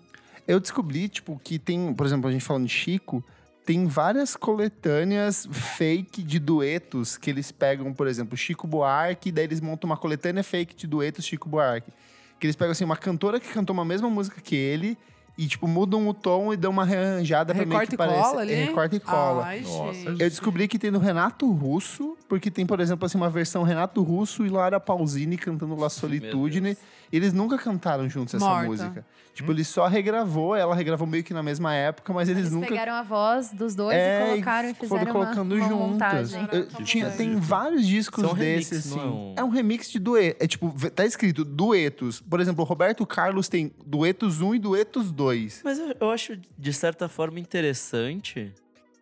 Eu descobri, tipo, que tem, por exemplo, a gente falando de Chico, tem várias coletâneas fake de duetos que eles pegam, por exemplo, Chico Buarque, daí eles montam uma coletânea fake de duetos Chico Buarque. Que eles pegam, assim, uma cantora que cantou uma mesma música que ele e, tipo, mudam o tom e dão uma rearranjada pra meio Recorta que e cola pareça. ali? Ah, É, recorta e cola. Ai, Nossa, gente. Eu descobri que tem no Renato Russo, porque tem, por exemplo, assim, uma versão Renato Russo e Lara Pausini cantando La né? Solitudine. tipo, Deus. E eles nunca cantaram juntos essa Morta. música. Tipo, Hum. ele só regravou, ela regravou meio que na mesma época, mas eles, Eles nunca. pegaram a voz dos dois É, e colocaram e fizeram foram uma- colocando uma, juntas. montagem. Eu- Caraca, tinha, mano. tem vários discos São remix, desses, não assim. é um- É um remix de dueto. É tipo, vê- tá escrito duetos. Por exemplo, o Roberto Carlos tem duetos 1 e duetos 2. Mas eu, eu acho, de certa forma, interessante,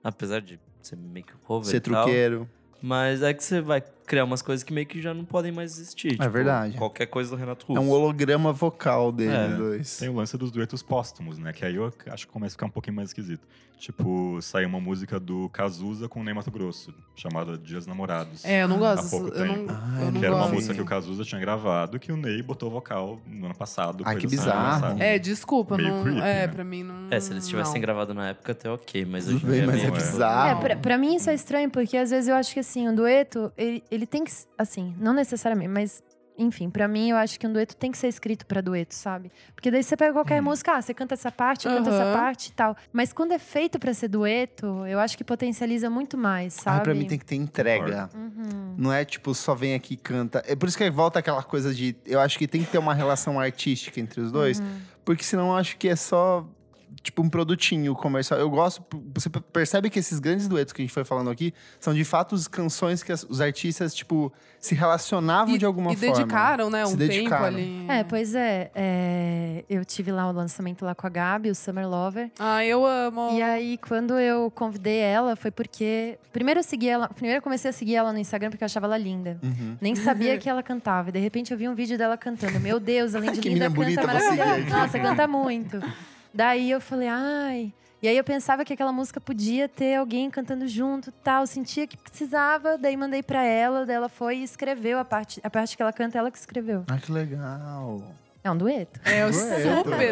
apesar de ser meio que cover Ser e tal, truqueiro. mas é que você vai criar umas coisas que meio que já não podem mais existir. tipo, É verdade. Qualquer coisa do Renato É Russo. um holograma vocal deles É. dois. Tem o lance dos duetos póstumos, né? Que aí eu acho que começa a ficar um pouquinho mais esquisito. Tipo, saiu uma música do Cazuza com o Ney Mato Grosso, chamada Dias Namorados. É, eu não Há gosto. pouco eu não, tempo. Ah, eu não Ah. Que era uma gosto. música que o Cazuza tinha gravado, que o Ney botou vocal no ano passado. Ah, coisa que assim, bizarro. sabe? É, desculpa. Meio Não, creepy, é, né? pra mim não. É, se eles tivessem não. gravado na época, até ok, mas Tudo hoje em bem, dia mas é meio- É, bizarro. pra, pra mim isso é estranho, porque às vezes eu acho que assim, um dueto, ele, ele tem que. s- Assim, não necessariamente, mas. Enfim, pra mim eu acho que um dueto tem que ser escrito pra dueto, sabe? Porque daí você pega Hum. qualquer música, ah, você canta essa parte, eu canto Aham. essa parte e tal. Mas quando é feito pra ser dueto, eu acho que potencializa muito mais, sabe? Ah, pra mim tem que ter entrega. Uhum. Não é tipo, só vem aqui e canta. É por isso que volta aquela coisa de. Eu acho que tem que ter uma relação artística entre os dois, Uhum. porque senão eu acho que é só. Tipo, um produtinho comercial. Eu gosto. Você percebe que esses grandes duetos que a gente foi falando aqui são de fato as canções que as- os artistas, tipo, se relacionavam de alguma e forma. dedicaram, né? Se Um dedicaram. tempo ali. É, pois é, é, Eu tive lá o lançamento lá com a Gabi, o Summer Lover. Ai, Ah, eu amo. Oh. E aí, quando eu convidei ela, foi porque. Primeiro eu segui ela. Primeiro eu comecei a seguir ela no Instagram porque eu achava ela linda. Uhum. Nem sabia que ela cantava. E de repente eu vi um vídeo dela cantando. Meu Deus, além de Que linda, menina bonita canta pra seguir maravilhosa. aqui. Nossa, canta muito. Daí eu falei, ai. E aí eu pensava que aquela música podia ter alguém cantando junto tal. Sentia que precisava. Daí mandei pra ela, daí ela foi e escreveu a parte. A parte que ela canta, ela que escreveu. Ah, que legal. É um dueto. É, eu super um dueto. É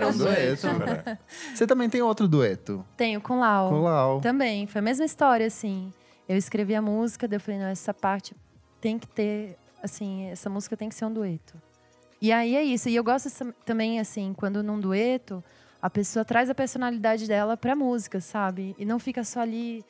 é, dueto. Você também tem outro dueto. Tenho com Lau. Com o Lau. Também, foi a mesma história, assim. Eu escrevi a música, daí eu falei, não, essa parte tem que ter, assim, essa música tem que ser um dueto. E aí é isso. E eu gosto sam- também, assim, quando num dueto, a pessoa traz a personalidade dela pra música, sabe? E não fica só ali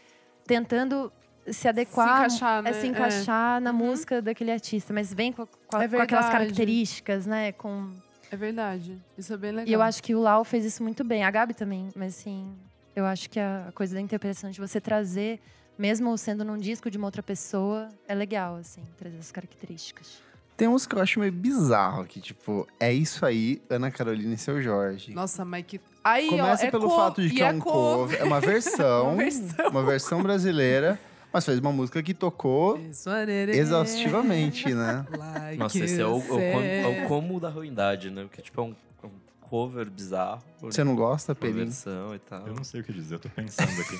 tentando se adequar, encaixar, né? é, se encaixar na música daquele artista. Mas vem com, com a- É com aquelas verdade. características, né? Com... É verdade. Isso é bem legal. E eu acho que o Lau fez isso muito bem. A Gabi também, mas assim, eu acho que a coisa da interpretação de você trazer, mesmo sendo num disco de uma outra pessoa, é legal, assim, trazer as características. Tem uns que eu acho meio bizarro, que, tipo, é isso aí, Ana Carolina e seu Jorge. Nossa, mas que. Aí, Começa ó, é pelo co- fato de e que é um cover, é *laughs* uma versão, Uma versão. uma versão brasileira, mas fez uma música que *laughs* tocou exaustivamente, né? Like Nossa, esse é o, é o you com- said. é o como da ruindade, né? Porque, tipo, é um, é um cover bizarro. Você não né? gosta, uma Perim? versão e tal. Eu não sei o que dizer, eu tô pensando aqui.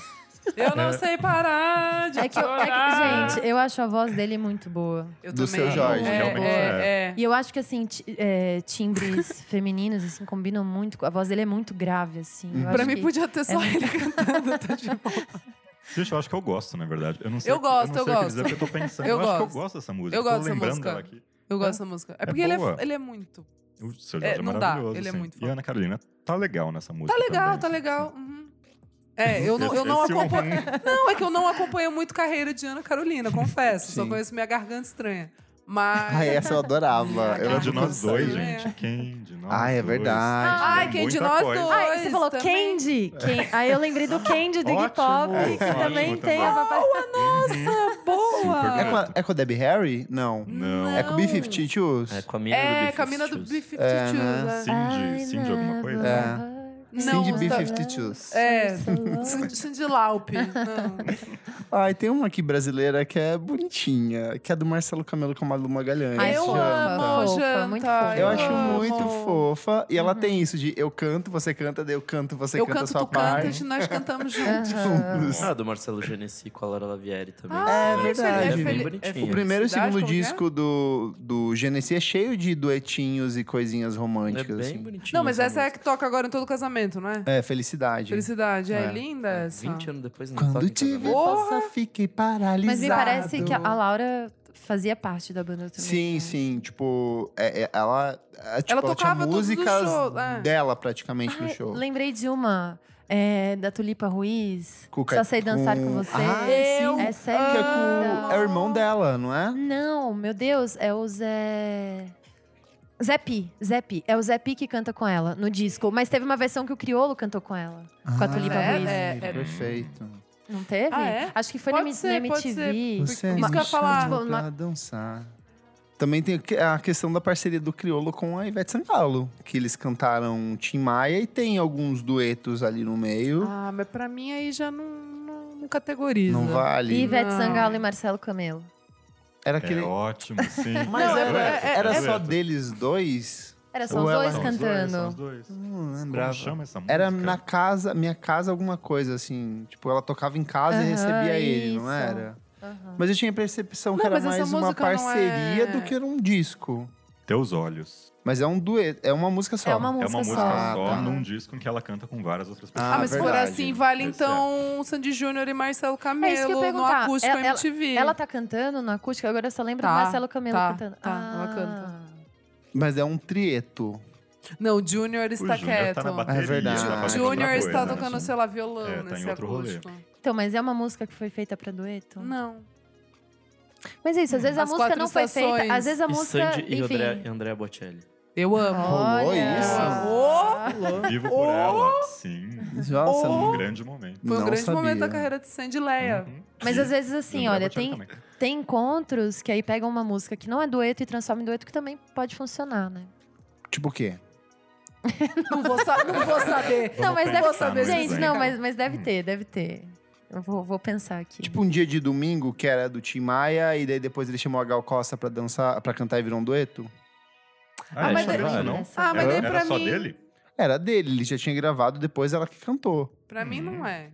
Eu É. não sei parar de É que, eu- é que, chorar. gente, eu acho a voz dele muito boa. Eu do também seu amo. Jorge, É, realmente é, é. E eu acho que, assim, ti- é, *laughs* timbres femininos, assim, combinam muito. com- A voz dele é muito grave, assim. Eu Pra acho mim, que- podia ter só é- *laughs* ele cantando. Tá de boa. Gente, eu acho que eu gosto, na verdade. Eu não sei. Eu gosto, eu eu, não sei o que dizer, gosto. porque eu tô pensando. Eu Eu, acho que gosto. eu gosto dessa música. Eu gosto tô dessa lembrando música. dela aqui. Eu gosto dessa música. É É porque ele, é, boa. ele é muito. O seu É, Jorge é, não dá, maravilhoso. ele é assim. muito E foda. a Ana Carolina tá legal nessa música. Tá legal, também, tá assim. legal. uhum. É, eu não, eu não Esse é um acompanho. ruim. *laughs* Não, é que eu não acompanho muito carreira de Ana Carolina, confesso. Só Sim. é? conheço minha garganta estranha. Mas. Ai, Ah, essa eu adorava. Eu Era Ai, É de lembro nós quando dois, saiu. É. gente. Quem? De nós Ai, é dois. verdade. Ai, quem de Muita nós coisa. dois. Ai, você falou também. é *laughs* Candy. Ken- Aí eu lembrei do Candy do Iggy Ótimo, Pop, que ótimo também tem a também. babá. Uhum. Nossa, boa! É com, a, Perfeito. é com a Debbie Harry? Não. Não. É com o B-52s? É, com a mina É, do com a mina do Beef B-52, É, né? né? Cindy, Cindy alguma coisa? É. Não, Cindy os B-52s. É. *laughs* Não. Cindy- Cindy Laup. Não. Ai, tem uma aqui brasileira que é bonitinha, que é do Marcelo Camelo com a Malu Magalhães. Ai, eu fofa, amo fofa, janta. muito fofa. Eu Eu acho amo. Uhum. muito fofa. E ela tem isso de eu canto, você canta, daí eu canto, você Eu canta a canto, sua tu parte. *laughs* É. cantas, nós cantamos juntos. Aham. Ah, do Marcelo Genesi com a Laura Lavieri também. Ah, É verdade. Ela é é bem feliz- bonitinha. O primeiro e o Felicidade, segundo como que é? disco do, do Genesis é cheio de duetinhos e coisinhas É românticas. bem assim. bonitinha. Tipo, Não, mas essa é a que toca agora em todo casamento, não é? É, felicidade. Felicidade. É, É. linda essa. 20 anos depois não toca Quando em te vi casamento. passar, fiquei paralisado. Mas me parece que a Exato. a Laura fazia parte da banda também. Sim, né? sim. Tipo, é- é- ela, é, tipo, ela tinha tocava todos os músicas shows, é. dela praticamente no Ai, show. Lembrei de uma, é, da Tulipa Ruiz. Cuca- Só sei dançar com com- você. Ai, Eu Que Essa é, é com, linda. é o irmão dela, não é? Não, meu Deus, é o Zé. Zé Pi, Zé Pi. É o Zé Pi que canta com ela no disco. Mas teve uma versão que o Criolo cantou com ela. Com a Tulipa Ah, Ruiz. é, é. Perfeito. Não teve? Ah, é? Acho que foi Pode na, M- ser, na pode ser. MTV. Você Isso me que eu ia falar. chamou Tipo, uma- pra dançar. Também tem que- a questão da parceria do Criolo com a Ivete Sangalo, que eles cantaram Tim Maia e tem alguns duetos ali no meio. Ah, mas pra mim aí já não, não, não categoriza. não vale. Ivete Não. Sangalo e Marcelo Camelo. Era É aquele. ótimo, sim. Mas Não, era, é- é- era é- só deles dois? Era só Ou os ela- dois São os cantando. Não Como lembrava. chama essa música? Era na casa, minha casa, alguma coisa assim. Tipo, ela tocava em casa e Aham, recebia ele, não isso. era? Aham. Mas eu tinha a percepção que Não, era mas essa mais uma música não parceria é- do que era um disco. Teus Olhos. Mas é um dueto, é uma música só. É uma É música, uma música só. só, tá. num disco em que ela canta com várias outras pessoas. Ah, Ah, mas se for verdade. assim, vale Esse é. então Sandy Júnior e Marcelo Camelo É isso que eu ia no perguntar. acústico Ela- ela- MTV. Ela tá cantando na acústica, agora eu só lembro Tá, do Marcelo Camelo tá, cantando. Ah. tá, ela canta. Mas é um trieto. Não, o Júnior O está Júnior tá na quieto. bateria. É verdade. tá fazendo outra Júnior está coisa, né? tocando, sei lá, violão É, tá em nesse outro rolê. acústico. Então, mas é uma música que foi feita pra dueto? Não. Mas é isso, às vezes a As música quatro não foi estações. feita, às vezes a E música, Sandy e enfim. André, André Bocelli. Eu amo. Rolou Olha. isso? Vivo por Oh! ela, sim. Nossa, Um grande momento. Foi um Não grande sabia. momento da carreira de Sandy Leia. Uhum. Mas E às vezes assim, Andrea olha, Bocelli tem, também. tem encontros que aí pegam uma música que não é dueto e transforma em dueto que também pode funcionar, né? Tipo o quê? Não, vou sa- não vou saber. não, mas pensar deve nisso Gente, assim. aí. não, Hum. mas, mas deve ter, deve ter. Eu vou, vou pensar aqui. Tipo um dia de domingo, que era do Tim Maia, e daí depois ele chamou a Gal Costa pra dançar, para cantar e virou um dueto? Ah, Ah, mas mas daí- não? É, Ah, mas era, daí pra era só mim- dele? Era dele, ele já tinha gravado, depois ela que cantou. Pra mim Hum. não é.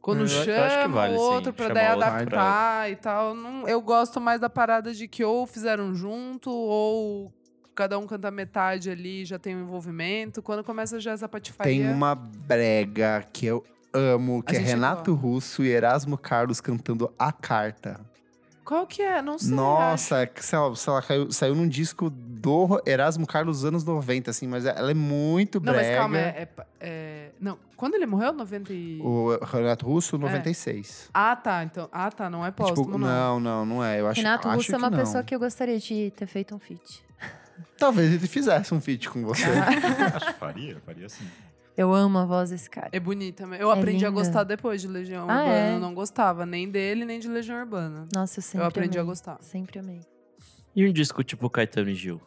Quando Eu acho que chama vale, o sim. outro pra Chama daí outro pra- adaptar e tal. não- eu gosto mais da parada de que ou fizeram junto, ou cada um canta metade ali já tem um envolvimento. Quando começa já essa é patifaria. Tem uma brega que eu amo, que A é gente Renato Russo e Erasmo Carlos cantando A Carta. Qual que é? Não sei. Nossa, que, sei lá, sei lá, caiu- saiu num disco do Erasmo Carlos dos anos 90, assim, mas ela é muito Não, brega. mas calma, é, é pa- é- Não, quando ele morreu? 90 e... O Renato Russo, 96. Ah, tá. Então... Ah, tá. Não é E, Tipo, póstumo, não. não, não, não é. Eu acho, Renato acho Russo é que uma não. pessoa que eu gostaria de ter feito um feat. Talvez ele fizesse um feat com *laughs* você. Acho que faria, faria sim. Eu amo a voz desse cara. É bonita. mesmo. Eu É aprendi a linda. gostar depois de Legião Ah, Urbana. é? Eu não gostava nem dele, nem de Legião Urbana. Nossa, eu sempre eu aprendi a amei. gostar. Sempre amei. E um disco tipo Caetano e Gil.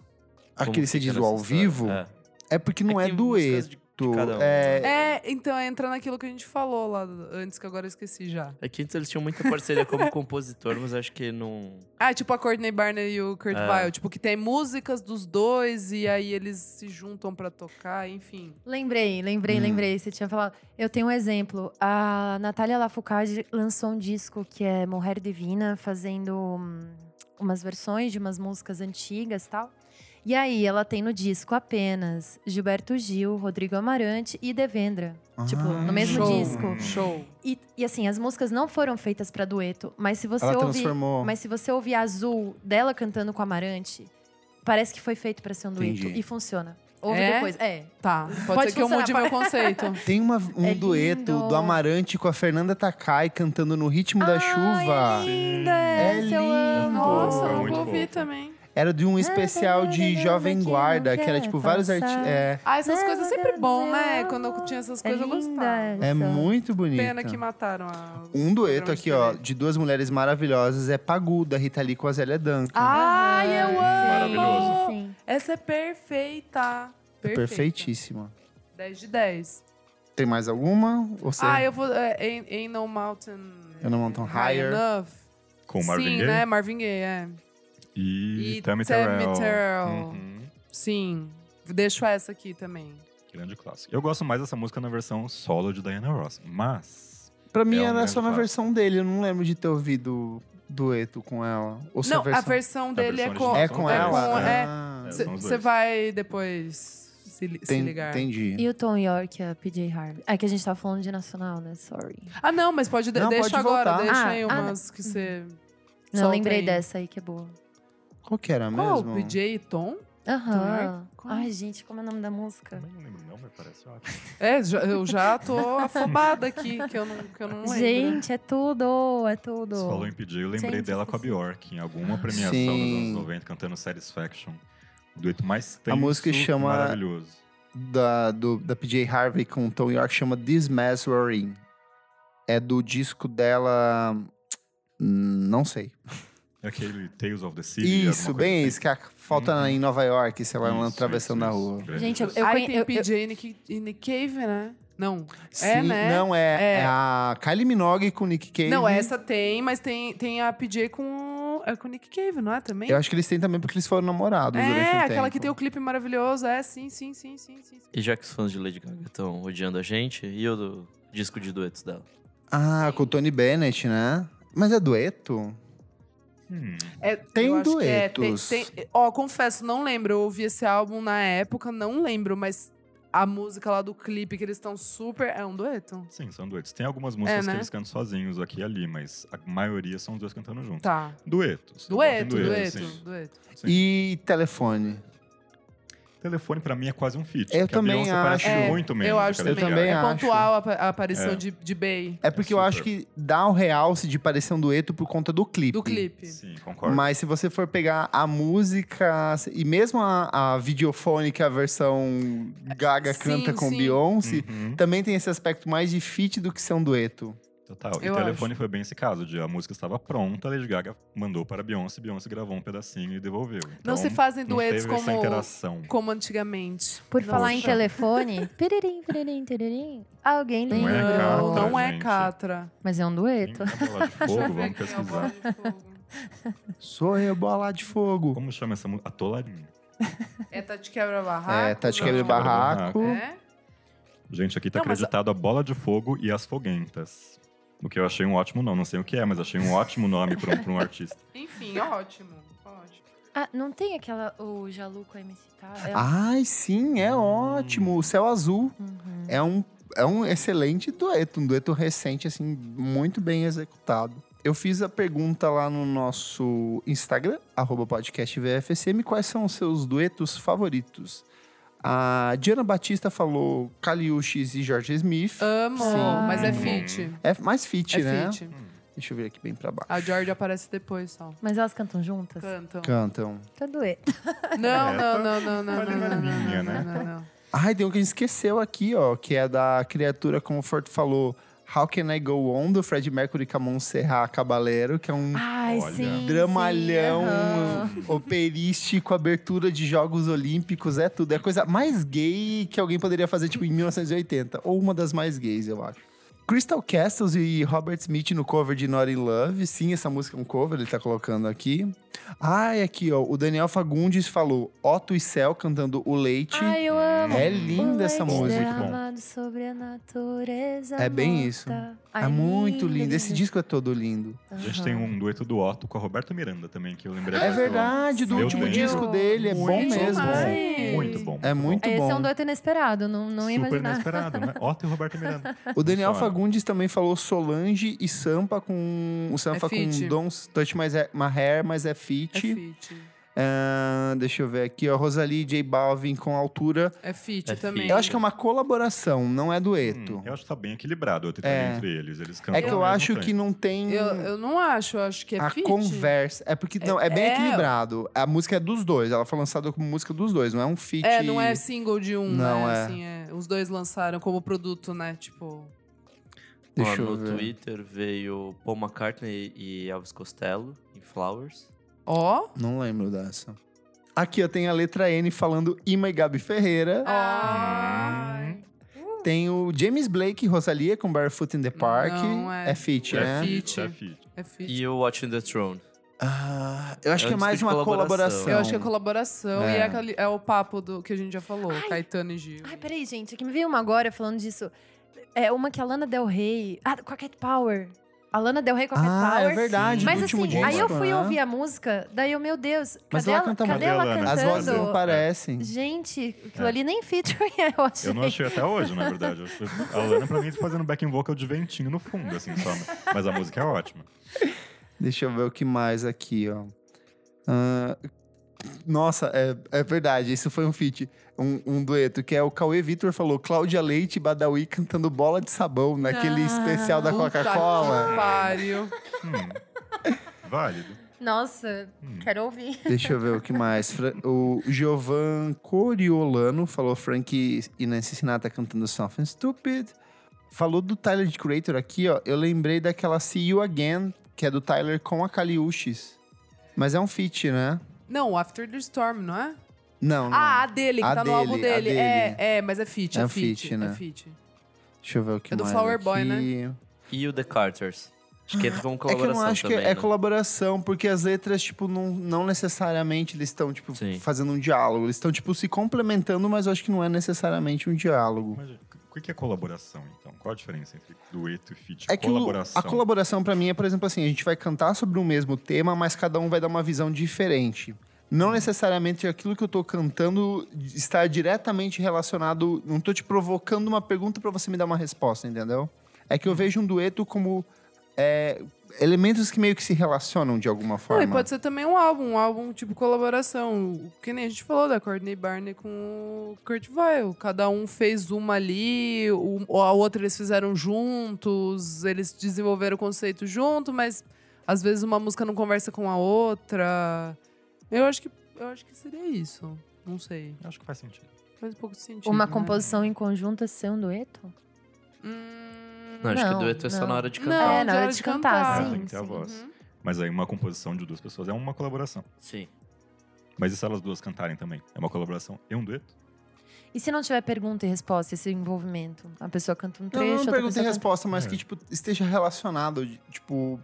Como Aquele você fica diz o nessa ao história? vivo, É. é porque não É é, que tem músicas dueto. de- de cada um. É, É, então entra naquilo que a gente falou lá antes, que agora eu esqueci já. É que antes eles tinham muita parceria *laughs* como compositor, mas acho que não. Ah, tipo a Courtney Barney e o Kurt É. Weill. Tipo, que tem músicas dos dois e aí eles se juntam pra tocar, enfim. Lembrei, lembrei, Hum. lembrei. Você tinha falado. Eu tenho um exemplo. A Natália Lafourcade lançou um disco que é Morrer Divina, fazendo hum, umas versões de umas músicas antigas e tal. E aí ela tem no disco apenas Gilberto Gil, Rodrigo Amarante e Devendra. né? tipo, Ah, no mesmo show. disco. Show. E, e assim, as músicas não foram feitas pra dueto, mas se você Ela ouvir, transformou. mas se você ouvir Azul dela cantando com Amarante, parece que foi feito pra ser um dueto Entendi. e funciona. Ouve É? depois. É. Tá, pode, Pode ser que eu funcionar, mude pode. meu *laughs* conceito. Tem uma- um É dueto lindo. do Amarante com a Fernanda Takai cantando no ritmo da Ai, chuva. linda, É essa eu lindo. amo. Nossa, Pô, eu muito não ouvi fofo. também. Era de um especial de Jovem Guarda, que era tipo vários artistas. É, Ah, essas Não, coisas é não, sempre bom, não. né? Quando eu tinha essas É coisas, eu linda gostava. é essa. muito bonito. Pena que mataram a. Um dueto aqui, ó, de duas mulheres maravilhosas é Paguda, Rita Lee com a Zélia Duncan. Ah, Ai, eu amo! Maravilhoso. Sim. Essa é perfeita. É perfeita. Perfeitíssima. 10 de 10. Tem mais alguma? Ou você- Ah, eu vou. É, ain't, ain't no mountain. Ain't no mountain higher. enough. Com o Marvin Sim, Gaye né? Marvin Gaye, é. e, E Tammy Tammy Terrell. Terrell. Uhum. Sim. Deixo essa aqui também. Grande clássico. Eu gosto mais dessa música na versão solo de Diana Ross, mas Pra mim É um era grande só na fato. versão dele, eu não lembro de ter ouvido dueto com ela. Ou se Não, versão... a versão dele é versão com. original É com É ela? com- é. Ah, É, são os Você dois. vai depois se, li- se ten- ligar. entendi. E o Tom York e a PJ Harvey. É que a gente tava falando de nacional, né? Sorry. Ah, não, mas pode. De Não, deixa pode agora, voltar. deixa Ah, aí ah, umas que você. Não, solta lembrei aí. dessa aí que é boa. Qual que era Qual? mesmo? PJ e Tom? Aham. Qual? Ai, gente, como é o nome da música? também não lembro não, mas parece ótimo. É, já- eu *laughs* já tô afobada aqui, que eu não, que eu não lembro. Gente, é tudo, é tudo. Você falou em PJ, eu lembrei Gente, dela com a esqueci. Bjork, em alguma premiação Ah, Sim. dos anos 90, cantando Satisfaction. O dueto mais tenso, música chama- maravilhoso. Da, do, da PJ Harvey com Tom York chama This Mess We're In. É do disco dela. hum, Não sei. É Aquele Tales of the City. assim. Isso, bem isso, que a, falta Uhum. em Nova York, sei lá, ela atravessando a rua. Gente, eu, eu eu Ai, conhe- tem eu- eu- PJ e Nick, e Nick Cave, né? Não. Sim, né? Não, é, É. é a Kylie Minogue com Nick Cave. Não, essa tem, mas tem, tem a PJ com. É com o Nick Cave, não é também? Eu acho que eles têm também porque eles foram namorados durante um é, tempo. aquela que tem o clipe maravilhoso. É, sim, sim, sim, sim, sim. sim. E já que os fãs de Lady Gaga estão odiando a gente, e o do disco de duetos dela? Ah, com o Tony Bennett, né? Mas é dueto? Hum, É, Tem eu acho que é, tem- duetos. tem- ó, confesso, não lembro. Eu ouvi esse álbum na época, não lembro, mas a música lá do clipe que eles estão super. É um dueto? sim, são duetos. Tem algumas músicas né? que eles cantam sozinhos aqui e ali, mas a maioria são os dois cantando juntos. Tá. Duetos. Dueto, Tem dueto, sim, dueto. sim. E telefone? Telefone pra mim é quase um feat. Eu porque a também Beyoncé parece acho. muito menos. É, Eu acho do que a também. Lady também é Gaga. acho. pontual a, a aparição É. de, de Bey É porque eu super. acho que dá um realce de parecer um dueto por conta do clipe. do clipe. Sim, concordo. Mas se você for pegar a música e mesmo a, a videofônica, a versão Gaga Sim, canta com sim. Beyoncé, Uhum, também tem esse aspecto mais de feat do que ser um dueto. Total. E Eu o telefone foi bem esse caso, de a música estava pronta, a Lady Gaga mandou para a Beyoncé, Beyoncé gravou um pedacinho e devolveu. Não Então, se fazem não duetos teve essa como, interação. como antigamente. Por falar em Nossa. *laughs* telefone. piririm, piririm, piririm. Alguém Não é, lembra? cara. não, não é gente. Catra. Mas é um Quem dueto. é Bola *laughs* de Deixa eu ver fogo, vamos quem é o pesquisar. Bola de Fogo. Sou eu, bola de fogo. Como chama essa música? Atoladinho. É Tati Quebra Barraco? É, tá Tati não? Quebra Barraco. É? Gente, aqui tá Não, mas- acreditado a Bola de Fogo e as Foguentas. O que eu achei um ótimo nome, não sei o que é, mas *laughs* achei um ótimo nome pra um, pra um artista. Enfim, ótimo. ótimo. Ah, não tem aquela. O Jalu com a MC tá? É- Ah. Ai, sim, é ótimo. O céu azul Uhum. é um, é um excelente dueto, um dueto recente, assim, muito bem executado. Eu fiz a pergunta lá no nosso Instagram, arroba podcast VFSM, quais são os seus duetos favoritos? A Diana Batista falou Caliuches e George Smith. Amo, Sim. mas é Muito fit. É mais fit, É né? fit. Ah. Deixa eu ver aqui bem pra baixo. A George aparece depois só. Mas elas cantam juntas? Cantam. Cantam. Tá dueto. Não, É. não, não, não, não. Olha não, na não, linha, não, né? não, não, não. Ai, tem um que a gente esqueceu aqui, ó, que é da criatura, como o Forte falou, How Can I Go On, do Fred Mercury com a Montserrat Caballero, que é um Ai, Olha. sim. dramalhão sim, aham. operístico, abertura de Jogos Olímpicos, é tudo. É a coisa mais gay que alguém poderia fazer, tipo, em 1980. Ou uma das mais gays, eu acho. Crystal Castles e Robert Smith no cover de Not In Love. Sim, essa música é um cover, ele tá colocando aqui. Ai, aqui, ó. O Daniel Fagundes falou Otto e Céu cantando O Leite. Ai, eu amo. é linda essa leite música. Muito bom. derramado sobre a natureza É bem morta. isso. Ai, é muito lindo. Esse disco é todo lindo. A gente tem um dueto do Otto com a Roberta Miranda também, que eu lembrei. É agora. verdade, do Meu último Deus. disco dele. É bom Muito mesmo. demais. Muito bom. É muito Esse bom. é um dueto inesperado, não, não ia Super imaginar. inesperado, né? Otto e Roberta Miranda. O Daniel Funciona. Fagundes também falou Solange e Sampa com. O Sampa com feat. Don't Touch My, My Hair, mas é feat. É fit. Ahn, deixa eu ver aqui, ó. Rosalie e J Balvin com altura. É fit É também. feat. Eu acho que é uma colaboração, não é dueto. Hum, eu acho que tá bem equilibrado a treta É. entre eles. Eles cantam é que ao eu mesmo acho tempo. que não tem Eu, eu não acho, eu acho que é um- a fit. conversa. É porque não, é bem é. equilibrado. A música é dos dois, ela foi lançada como música dos dois, não é um feat. É, não é single de um, Não, né? é. Assim, é. Os dois lançaram como produto, né? Tipo. Deixa Ó, eu no ver. Twitter veio Paul McCartney e Elvis Costello em Flowers. Ó. Não lembro dessa. Aqui eu tenho a letra N falando Ima e Gabi Ferreira. Ah. Ai. Tem o James Blake e Rosalia com Barefoot in the Park. Não, é- é. feat, é né? feat. É feat. É fit. E o Watching the Throne. Ah, eu acho É que é um mais disco de uma colaboração. colaboração. Eu acho que é colaboração É. e é, aquele- é o papo do que a gente já falou, Ai. Caetano e Gil. Ai, peraí, gente. Aqui me veio uma agora falando disso. É uma que a Lana Del Rey. Ah, com a Cat Power. A Lana Del Rey com a Cat Ah, Power. é verdade. Mas do último assim, disco, aí eu fui né? ouvir a música, daí eu, meu Deus, Mas cadê ela ela, canta cadê mal. ela Cadê ela, As né? vozes não cantando? É. parecem. Gente, aquilo É. ali nem featuring *laughs* é, eu achei. Eu não achei até hoje, na verdade. Eu achei- A Lana, pra mim, tá fazendo backing vocal de ventinho no fundo, assim, só. Mas a música é ótima. Deixa eu ver o que mais aqui, ó. Ah, nossa, é, é verdade. Isso foi um feat, um, um dueto, que é o Cauê Vitor falou Cláudia Leite e Badawi cantando bola de sabão naquele Ah, especial da Puta que Coca-Cola. Pariu. Hum. Válido. Nossa, Hum. quero ouvir. Deixa eu ver o que mais. Fra- O Giovan Coriolano falou Frank e Nancy Sinatra cantando Something Stupid. Falou do Tyler de Creator aqui, ó. Eu lembrei daquela See You Again, que é do Tyler com a Kali Uchis. Mas é um feat, né? Não, o After the Storm, não é? Não, não. Ah, a dele, que Hum. A tá no álbum dele, a dele. dele. É, é, mas é fit, é, É um fit, feat, É né? fit. Deixa eu ver o que É do mais Flower aqui. Boy, né? E o The Carters. Acho que entra como É que eu não colaboração acho que também, é né? colaboração, porque as letras, tipo, não, não necessariamente eles estão, tipo, Sim. fazendo um diálogo. Eles estão, tipo, se complementando, mas eu acho que não é necessariamente um diálogo. Mas o que é colaboração, então? Qual a diferença entre dueto e feat? É que o- colaboração. a colaboração pra mim é, por exemplo, assim, a gente vai cantar sobre o mesmo tema, mas cada um vai dar uma visão diferente. Não necessariamente aquilo que eu tô cantando está diretamente relacionado, não tô te provocando uma pergunta pra você me dar uma resposta, entendeu? É que eu vejo um dueto como é, elementos que meio que se relacionam de alguma Não, forma. e pode ser também um álbum, um álbum tipo colaboração. O Que nem a gente falou da Courtney Barney com o Kurt Vile. Cada um fez uma ali, o- ou a outra eles fizeram juntos, eles desenvolveram o conceito junto, mas às vezes uma música não conversa com a outra. Eu acho que, eu acho que seria isso. Não sei. Acho que faz sentido. Faz pouco sentido. Tipo, Uma Uhum. né? composição em conjunto é ser um dueto? Hum, Não, acho que Não, o dueto é só não. na hora de Não, é, cantar. na hora de cantar, É, assim. sim. tem que ter a sim. voz. Ah, uhum. Mas aí uma composição de duas pessoas é uma colaboração. Sim. Mas e se elas duas cantarem também? É uma colaboração e um dueto? E se não tiver pergunta e resposta, esse envolvimento? A pessoa canta um Não, trecho, não outra pergunta e pessoa canta... resposta, mas É. que, tipo, esteja relacionado, de- tipo...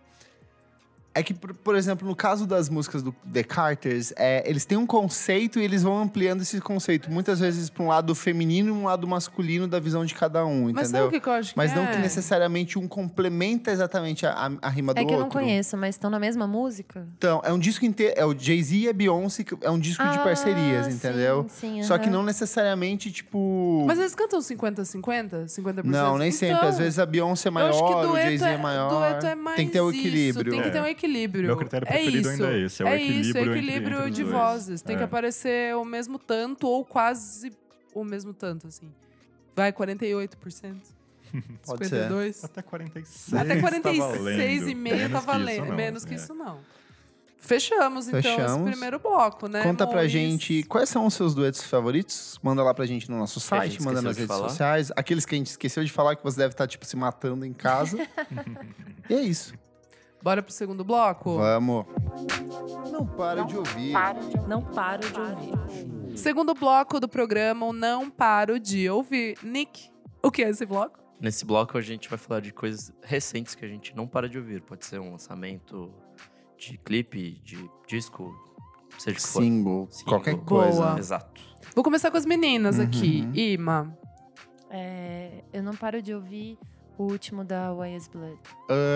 É que, por, por exemplo, no caso das músicas do The Carters, é, eles têm um conceito e eles vão ampliando esse conceito. Muitas vezes para um lado feminino e um lado masculino da visão de cada um, Mas sabe entendeu? o que que eu acho que Mas não é? que necessariamente um complementa exatamente a, a- a rima do É que eu não outro. conheço, mas estão na mesma música? Então, é um disco inteiro. É o Jay-Z e a Beyoncé, que é um disco de Ah, parcerias, sim, entendeu? sim, Só que aham. não necessariamente, tipo. Mas eles cantam 50-50? 50%? Não, nem sempre. Então, Às vezes a Beyoncé é eu acho que maior, o dueto Jay-Z é, é, maior. dueto é mais tem que ter o isso, equilíbrio. tem que ter um equilíbrio. É. Meu critério É preferido isso. ainda é esse, é isso, o é equilíbrio entre- equilíbrio entre os de dois. vozes. Tem que É. aparecer o mesmo tanto ou quase o mesmo tanto, assim. Vai, 48%. *laughs* Pode ser. 52%. Até 46. Até tá valendo. 46,5% tá Menos que isso, valendo. não. Menos que É. isso, não. Fechamos, então, esse Fechamos. primeiro bloco, né? Conta pra Maurício? gente quais são os seus duetos favoritos. Manda lá pra gente no nosso a gente site, manda esqueceu nas de redes falar. sociais. Aqueles que a gente esqueceu de falar, que você deve estar, tipo, se matando em *laughs* casa. e é isso. Bora pro segundo bloco? Vamos. Não para de ouvir. Não paro de ouvir. Segundo bloco do programa, o Não Paro de Ouvir. Nick, o que é esse bloco? Nesse bloco a gente vai falar de coisas recentes que a gente não para de ouvir. Pode ser um lançamento de clipe, de disco, seja o que for. Single, Single. qualquer Boa. coisa. Exato. Vou começar com as meninas Uhum. aqui. Ima, É, eu não paro de ouvir o último da YS Blood.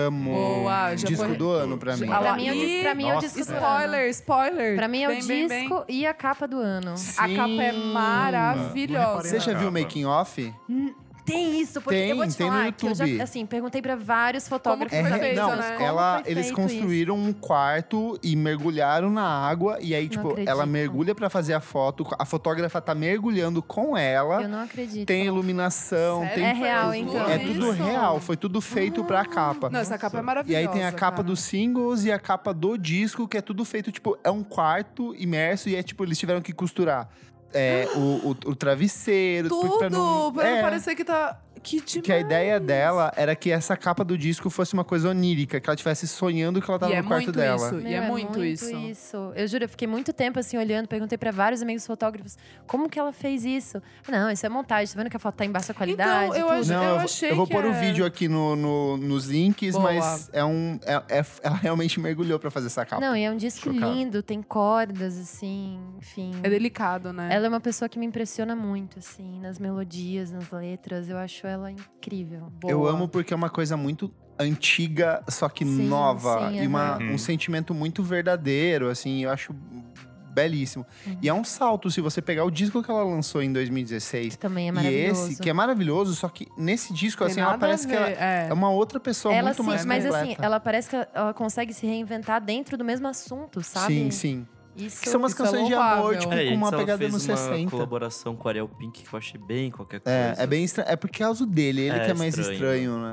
Amo. Boa, É, já Disco foi- do ano pra Já- mim. Ah lá, Pra mim, é o Ih, dis- pra mim é o nossa, disco do ano. spoiler, spoiler. Pra mim é o Bem, disco bem, bem. e a capa do ano. A capa é Sim. maravilhosa. Você já viu o making off? Tem isso, porque Tem, eu vou te tem no falar que eu já, YouTube. assim, perguntei pra vários fotógrafos. que foi da É re- feito, vida, não, né? como ela, foi eles feito isso? construíram um quarto e mergulharam na água. E aí, Não tipo, acredito. ela mergulha pra fazer a foto. A fotógrafa tá mergulhando com Eu ela. não acredito. Tem iluminação, Sério? tem. É real, tudo. então. É tudo Isso. real, foi tudo feito pra capa. Não, essa capa é E maravilhosa. aí tem a capa cara. dos singles e a capa do disco, que é tudo feito, tipo, é um quarto imerso e é tipo, eles tiveram que costurar é, o, o- o travesseiro. Tudo! pra Pra não, é, parecer que tá. Que demais. Que a ideia dela era que essa capa do disco fosse uma coisa onírica, que ela estivesse sonhando que ela tava E é no quarto muito dela. isso. E é muito isso. Eu juro, eu fiquei muito tempo assim olhando, perguntei pra vários amigos fotógrafos como que ela fez isso. Não, isso é montagem, tá vendo que a foto tá em baixa qualidade? Então, eu tudo. acho- Não, vou- achei eu vou que pôr o era. vídeo aqui no, no- nos links, Boa. mas é um. é- é- ela realmente mergulhou pra fazer essa capa. Não, e é um disco Chocado. lindo, tem cordas, assim, enfim. É delicado, né? Ela é uma pessoa que me impressiona muito, assim, nas melodias, nas letras. Eu acho ela incrível. Eu Boa. amo porque é uma coisa muito antiga, só que Sim, nova. sim, e uma- aham. um sentimento muito verdadeiro, assim, eu acho belíssimo. Uhum. E é um salto se você pegar o disco que ela lançou em 2016 Que também é e maravilhoso. esse, que é maravilhoso, só que nesse disco, Tem assim, ela nada a parece que ela ver, é. é uma outra pessoa ela muito sim, mais mas completa. assim, ela parece que ela- ela consegue se reinventar dentro do mesmo assunto, sabe? Sim, sim. Isso Que são umas isso é canções de louvável. amor, tipo, É, com uma ela pegada fez nos uma 60. colaboração com o Ariel Pink que eu achei bem qualquer coisa. É, é bem estranho. É por causa dele, ele É que é mais estranho, estranho, né?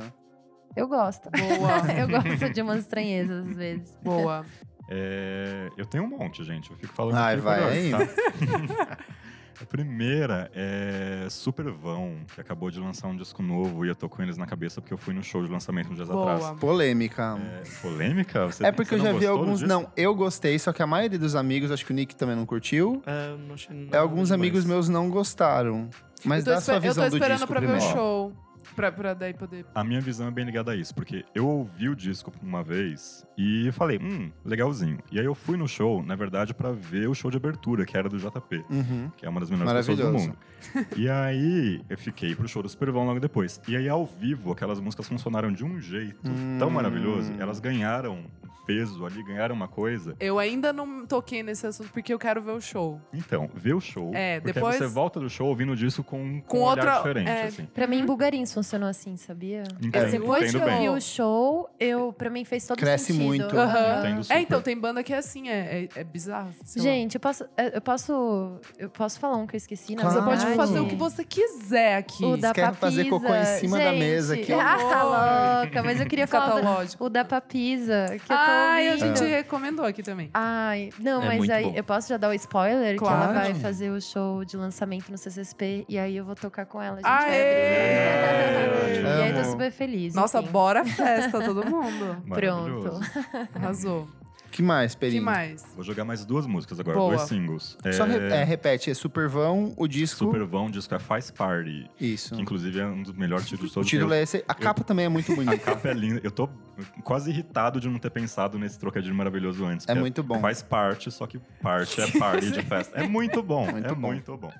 Eu gosto. *laughs* eu gosto de umas estranhezas às vezes. *laughs* Boa. Boa. É, eu tenho um monte, gente. Eu fico falando. Ai, aqui Ah, vai agora, aí. tá? *laughs* A primeira é Supervão, que acabou de lançar um disco novo e eu tô com eles na cabeça porque eu fui no show de lançamento uns dias atrás. Boa. né? Polêmica. É, polêmica? Você, É porque você eu não já vi gostou do alguns. disco? Não, eu gostei, só que a maioria dos amigos, acho que o Nick também não curtiu. É, eu não achei nada É, alguns demais. amigos meus não gostaram. Mas eu tô, dá espe- sua visão eu tô do esperando disco pra primeiro. ver o show. Pra, pra daí poder. A minha visão é bem ligada a isso, porque eu ouvi o disco uma vez e falei, hum, legalzinho. E aí eu fui no show, na verdade, pra ver o show de abertura, que era do JP, Uhum. que é uma das melhores pessoas do Maravilhoso. mundo. E aí eu fiquei pro show do Supervão logo depois. E aí, ao vivo, aquelas músicas funcionaram de um jeito tão Hum. maravilhoso, elas ganharam um peso ali, ganharam uma coisa. Eu ainda não toquei nesse assunto porque eu quero ver o show. Então, vê o show, É, porque depois- aí você volta do show ouvindo o disco com, com, Com um outra- olhar diferente, é. assim. Pra Uhum. mim, Bulgarins funcionou assim, sabia? Entendo, Depois que entendo eu bem. vi o show, eu, pra mim fez todo Cresce sentido. muito. Aham. Entendo super. É, então, tem banda que é assim, é, é, é bizarro. sei lá. Gente, eu posso, é, eu posso. Eu posso falar um que eu esqueci, na Claro. Você verdade. pode fazer o que você quiser aqui. O da Quer papisa. fazer cocô em cima da mesa aqui, ó. *laughs* Ah, louca, mas eu queria falar da- Escatológico. o da papisa. Que Ai, eu a tô ouvindo. Ah, gente recomendou aqui também. Ai, não, É mas muito aí bom. eu posso já dar o spoiler Claro. que ela vai fazer o show de lançamento no CCSP e aí eu vou tocar com ela, a gente Aê! vai abrir. E aí eu tô É, Amo. super feliz. É. assim. Nossa, enfim. bora festa, todo mundo. Maravilhoso. Arrasou. Que mais, O que Perinho? mais? Vou jogar mais duas músicas agora, Boa. dois singles. Só re- é, repete, é Supervão, o disco. Supervão, disco é Faz Party, Isso. que inclusive é um dos melhores títulos de O todos. título eu, é esse. A capa também é muito *laughs* A bonita. capa é linda. Eu tô quase irritado de não ter pensado nesse trocadilho maravilhoso antes. É que muito bom. Faz parte, só que *laughs* parte é party de festa. É muito bom, Muito é bom. muito bom.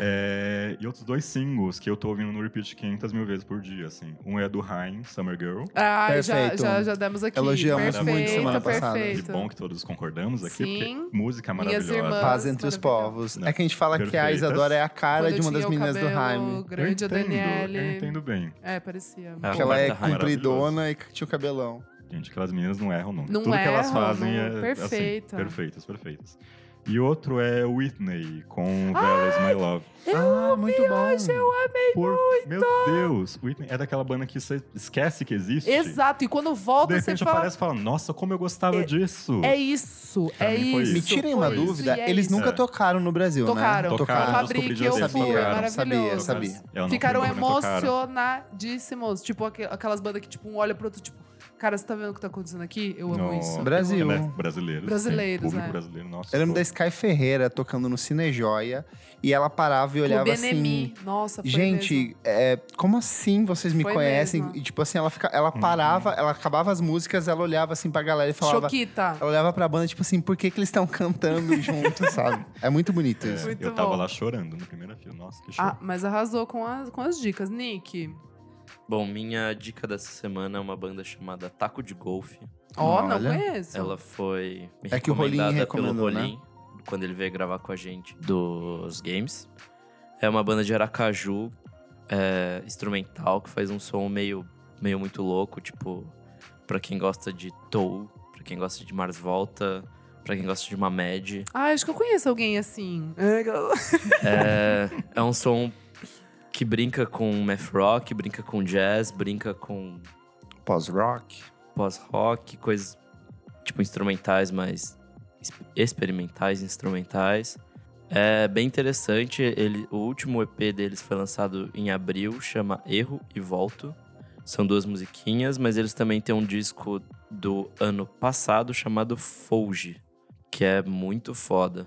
É, e outros dois singles que eu tô ouvindo no repeat 500 mil vezes por dia, assim. Um é do Rain, Summer Girl. Ai, Ah, já, Perfeito. já, já demos aqui. Elogiamos perfeito, muito semana passada. Que Perfeito. bom que todos concordamos aqui, Sim. porque música Minhas maravilhosa. Ah, irmãs. Paz entre os Maravilhosa. povos. Não. É que a gente fala que a Perfeitas. Isadora é a cara Quando de uma eu das tinha o meninas do cabelo Haim. Grande, a eu entendo, Eu Daniele. entendo bem. É, parecia. Ah, Que ela é Maravilhoso. compridona e que tinha o cabelão. Gente, aquelas meninas não erram nunca. Não Tudo que elas erram, fazem não. é Perfeita. assim, perfeitas, perfeitas. E outro é Whitney com Velas My Love. ah, muito bom. Por, meu Deus, Whitney é daquela banda que você esquece que existe. Exato, e quando De volta, você repente fala. aparece e fala, nossa, como eu gostava disso. É isso, Pra é mim foi isso. Me isso. tirem foi uma isso dúvida, e é eles isso. nunca É. tocaram no Brasil, Tocaram. né? Tocaram, A nos Fabrique, eu Cobridias fui, é tocaram. Sabia, maravilhoso. sabia. Eu não é fui Ficaram embora, não tocaram. emocionadíssimos. Tipo aqu- aquelas bandas que, tipo, um olha pro outro, tipo, cara, você tá vendo o que tá acontecendo aqui? Eu amo Não, isso. Brasil. né, Brasileiros. Brasileiros, sim, público né? brasileiro, nossa. Eu lembro da pô. Sky Ferreira tocando no Cinejoia e ela parava e Eu amo. olhava Clube assim. Enemy. Nossa, foi mesmo. Gente, é, como assim vocês me Foi conhecem? mesmo. E tipo assim, ela, fica, ela parava, ela acabava as músicas, ela olhava assim pra galera e falava. Choquita. Ela olhava pra banda, tipo assim, por que, que eles estão cantando *laughs* junto, sabe? É muito bonito É, isso. Muito eu tava bom. lá chorando na primeira fila. Nossa, que show. Ah, mas arrasou com as, com as dicas, Nick. Bom, minha dica dessa semana é uma banda chamada Taco de Golfe. Ó, não Olha. conheço. Ela foi me É que o Rolim recomendada pelo recomendou, né? Rolim, quando ele veio gravar com a gente dos games. É uma banda de Aracaju é, instrumental que faz um som meio, meio muito louco, tipo, pra quem gosta de Tou, pra quem gosta de Mars Volta, pra quem gosta de uma Mad. Ah, acho que eu conheço alguém assim. *laughs* É, é um som que brinca com math rock, brinca com jazz, brinca com Pós-rock. pós-rock, coisas tipo instrumentais, mas es- experimentais, instrumentais. É bem interessante. Ele, o último EP deles foi lançado em abril, chama Erro e Volto. São duas musiquinhas, mas eles também têm um disco do ano passado chamado Folge, que é muito foda.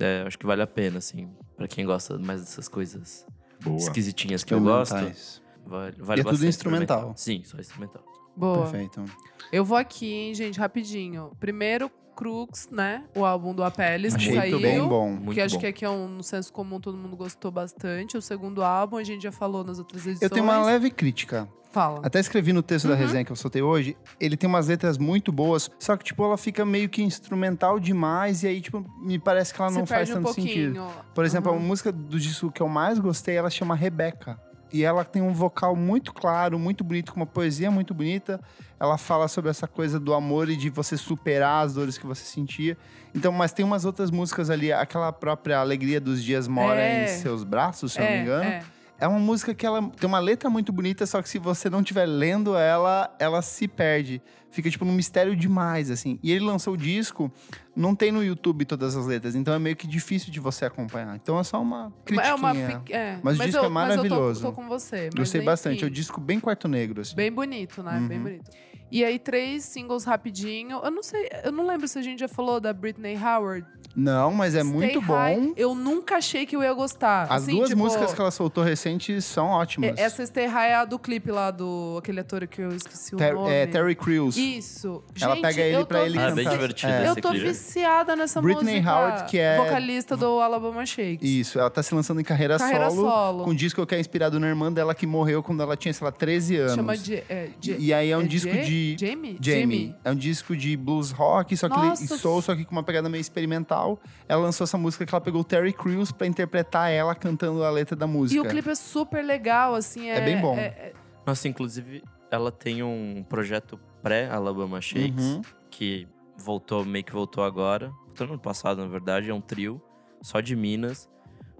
É, acho que vale a pena, assim, pra quem gosta mais dessas coisas Boa. esquisitinhas que eu gosto. Instrumentais. Vale, é vale E é tudo bastante, instrumental. Sim, só instrumental. Boa. Perfeito. Eu vou aqui, hein, gente, rapidinho. Primeiro, Crux, né? O álbum do Apeles que Achei saiu. muito Bem bom. Muito que acho bom. que aqui é um senso comum, todo mundo gostou bastante. O segundo álbum, a gente já falou nas outras edições. Eu tenho uma leve crítica. Fala. Até escrevi no texto da Uhum. resenha que eu soltei hoje, ele tem umas letras muito boas, só que, tipo, ela fica meio que instrumental demais, e aí, tipo, me parece que ela Se não faz perde um tanto sentido. pouquinho. Por exemplo, Uhum. a música do disco que eu mais gostei, ela chama Rebeca. E ela tem um vocal muito claro, muito bonito, com uma poesia muito bonita. Ela fala sobre essa coisa do amor e de você superar as dores que você sentia. Então, mas tem umas outras músicas ali, aquela própria Alegria dos Dias Mora É. em Seus Braços, se eu não é, me engano. é. É uma música que ela tem uma letra muito bonita, só que se você não estiver lendo ela, ela se perde. Fica tipo num mistério demais, assim. E ele lançou o disco, não tem no YouTube todas as letras, então é meio que difícil de você acompanhar. Então é só uma critiquinha. É uma pe- é. Mas o disco eu, é maravilhoso. Mas eu tô- tô, com você. mas Gostei bastante, enfim. é o disco bem quarto negro, assim. Bem bonito, né? Bem Uhum. bonito. E aí, três singles rapidinho. Eu não sei, eu não lembro se a gente já falou da Britney Howard. Não, mas é Stay muito High. bom. Eu nunca achei que eu ia gostar. As Assim, duas tipo, músicas que ela soltou recentes são é- ótimas. Essa Stay High é a do clipe lá do aquele ator que eu esqueci o Ter- nome. é, Terry Crews. Isso. Ela Gente, pega eu ele tô pra ele Ah, cantar. é bem divertido É. Eu esse tô clipe. viciada nessa Britney música. Howard, que é- vocalista do Alabama Shakes. Isso, ela tá se lançando em carreira, Carreira solo, solo. com um disco que é inspirado na irmã dela que morreu quando ela tinha, sei lá, 13 anos. Chama de, é, de E aí é um disco Ja- de. Jamie? Jamie. É um disco de blues rock, só que ele Nossa, e soul, só que com uma pegada meio experimental. Ela lançou essa música que ela pegou o Terry Crews pra interpretar ela cantando a letra da música. E o clipe é super legal, assim. É, É bem bom. é- Nossa, inclusive, ela tem um projeto pré-Alabama Shakes, Uhum. que voltou, meio que voltou agora. Voltou no ano passado, na verdade. É um trio só de Minas,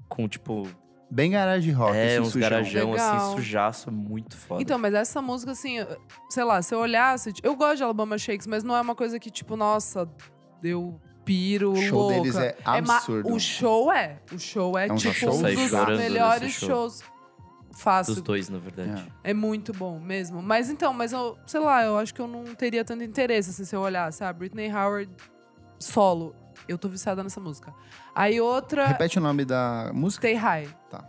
com tipo. Bem garage rock, é, esse uns sujão. garajão, Legal. assim, sujaço, muito foda. Então, mas essa música, assim, sei lá, se eu olhasse. Eu gosto de Alabama Shakes, mas não é uma coisa que, tipo, nossa, eu piro. O show louca. deles é ma- absurdo. o show é. O show é, É um tipo, show um Sai dos chorando desse melhores show. shows. Dos Fácil. dois, na verdade. É muito bom mesmo. Mas então, mas eu, sei lá, eu acho que eu não teria tanto interesse assim, se eu olhasse. Ah, Britney Howard solo. Eu tô viciada nessa música. Aí outra. Repete o nome da música? Stay High. Tá.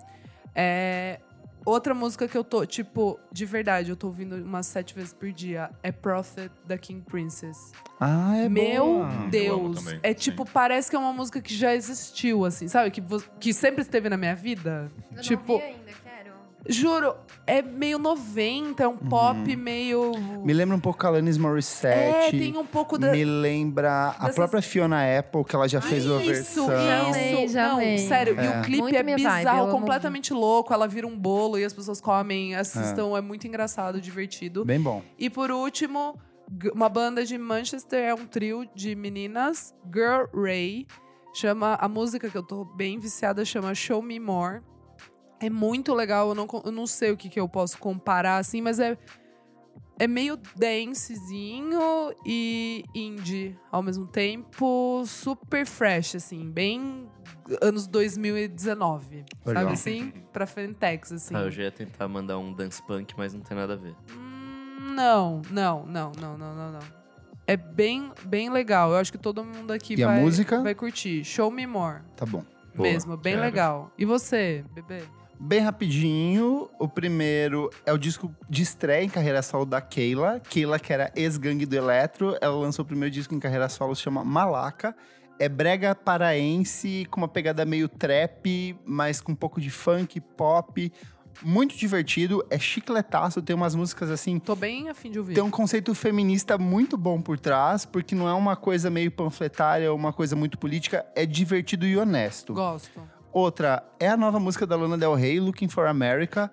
É, outra música que eu tô, tipo, de verdade, eu tô ouvindo umas sete vezes por dia é Prophet da King Princess. Ah, é Meu boa. Eu amo Deus. também, É sim. tipo, parece que é uma música que já existiu, assim, sabe? Que, vo- que sempre esteve na minha vida. tipo, ainda, quero. juro, é meio 90, é um Uhum. pop meio. Me lembra um pouco a Alanis Morissette. É, tem um pouco da. Me lembra a dessas- própria Fiona Apple, que ela já fez uma Isso, versão. amei, isso. já não, amei. sério. E o É. clipe Muito é minha vibe, eu bizarro, amo completamente louco. Ela vira um bolo e as pessoas comem, assistam. É, muito engraçado, divertido. Bem bom. E por último, g- uma banda de Manchester, é um trio de meninas, Girl Ray. Chama, a música que eu tô bem viciada chama Show Me More. É muito legal, eu não, con- eu não sei o que, que eu posso comparar, assim, mas é, é meio dancezinho e indie ao mesmo tempo, super fresh, assim, bem anos 2019, Legal. sabe assim? Pra Frentex, assim. Ah, eu já ia tentar mandar um dance punk, mas não tem nada a ver. Hum, Não, não, não, não, não, não, não. É bem, bem legal. Eu acho que todo mundo aqui E a vai, música? vai curtir. Show me more. Tá bom. Boa, mesmo, bem quero. legal. E você, bebê? Bem rapidinho, o primeiro é o disco de estreia em carreira solo da Keila. Keila, que era ex-gangue do Eletro, ela lançou o primeiro disco em carreira solo, se chama Malaca. É brega paraense, com uma pegada meio trap, mas com um pouco de funk, pop. Muito divertido, é chicletaço, tem umas músicas assim Tô bem afim de ouvir. tem um conceito feminista muito bom por trás, porque não é uma coisa meio panfletária ou uma coisa muito política, é divertido e honesto. Gosto. Outra é a nova música da Lana Del Rey, Looking for America.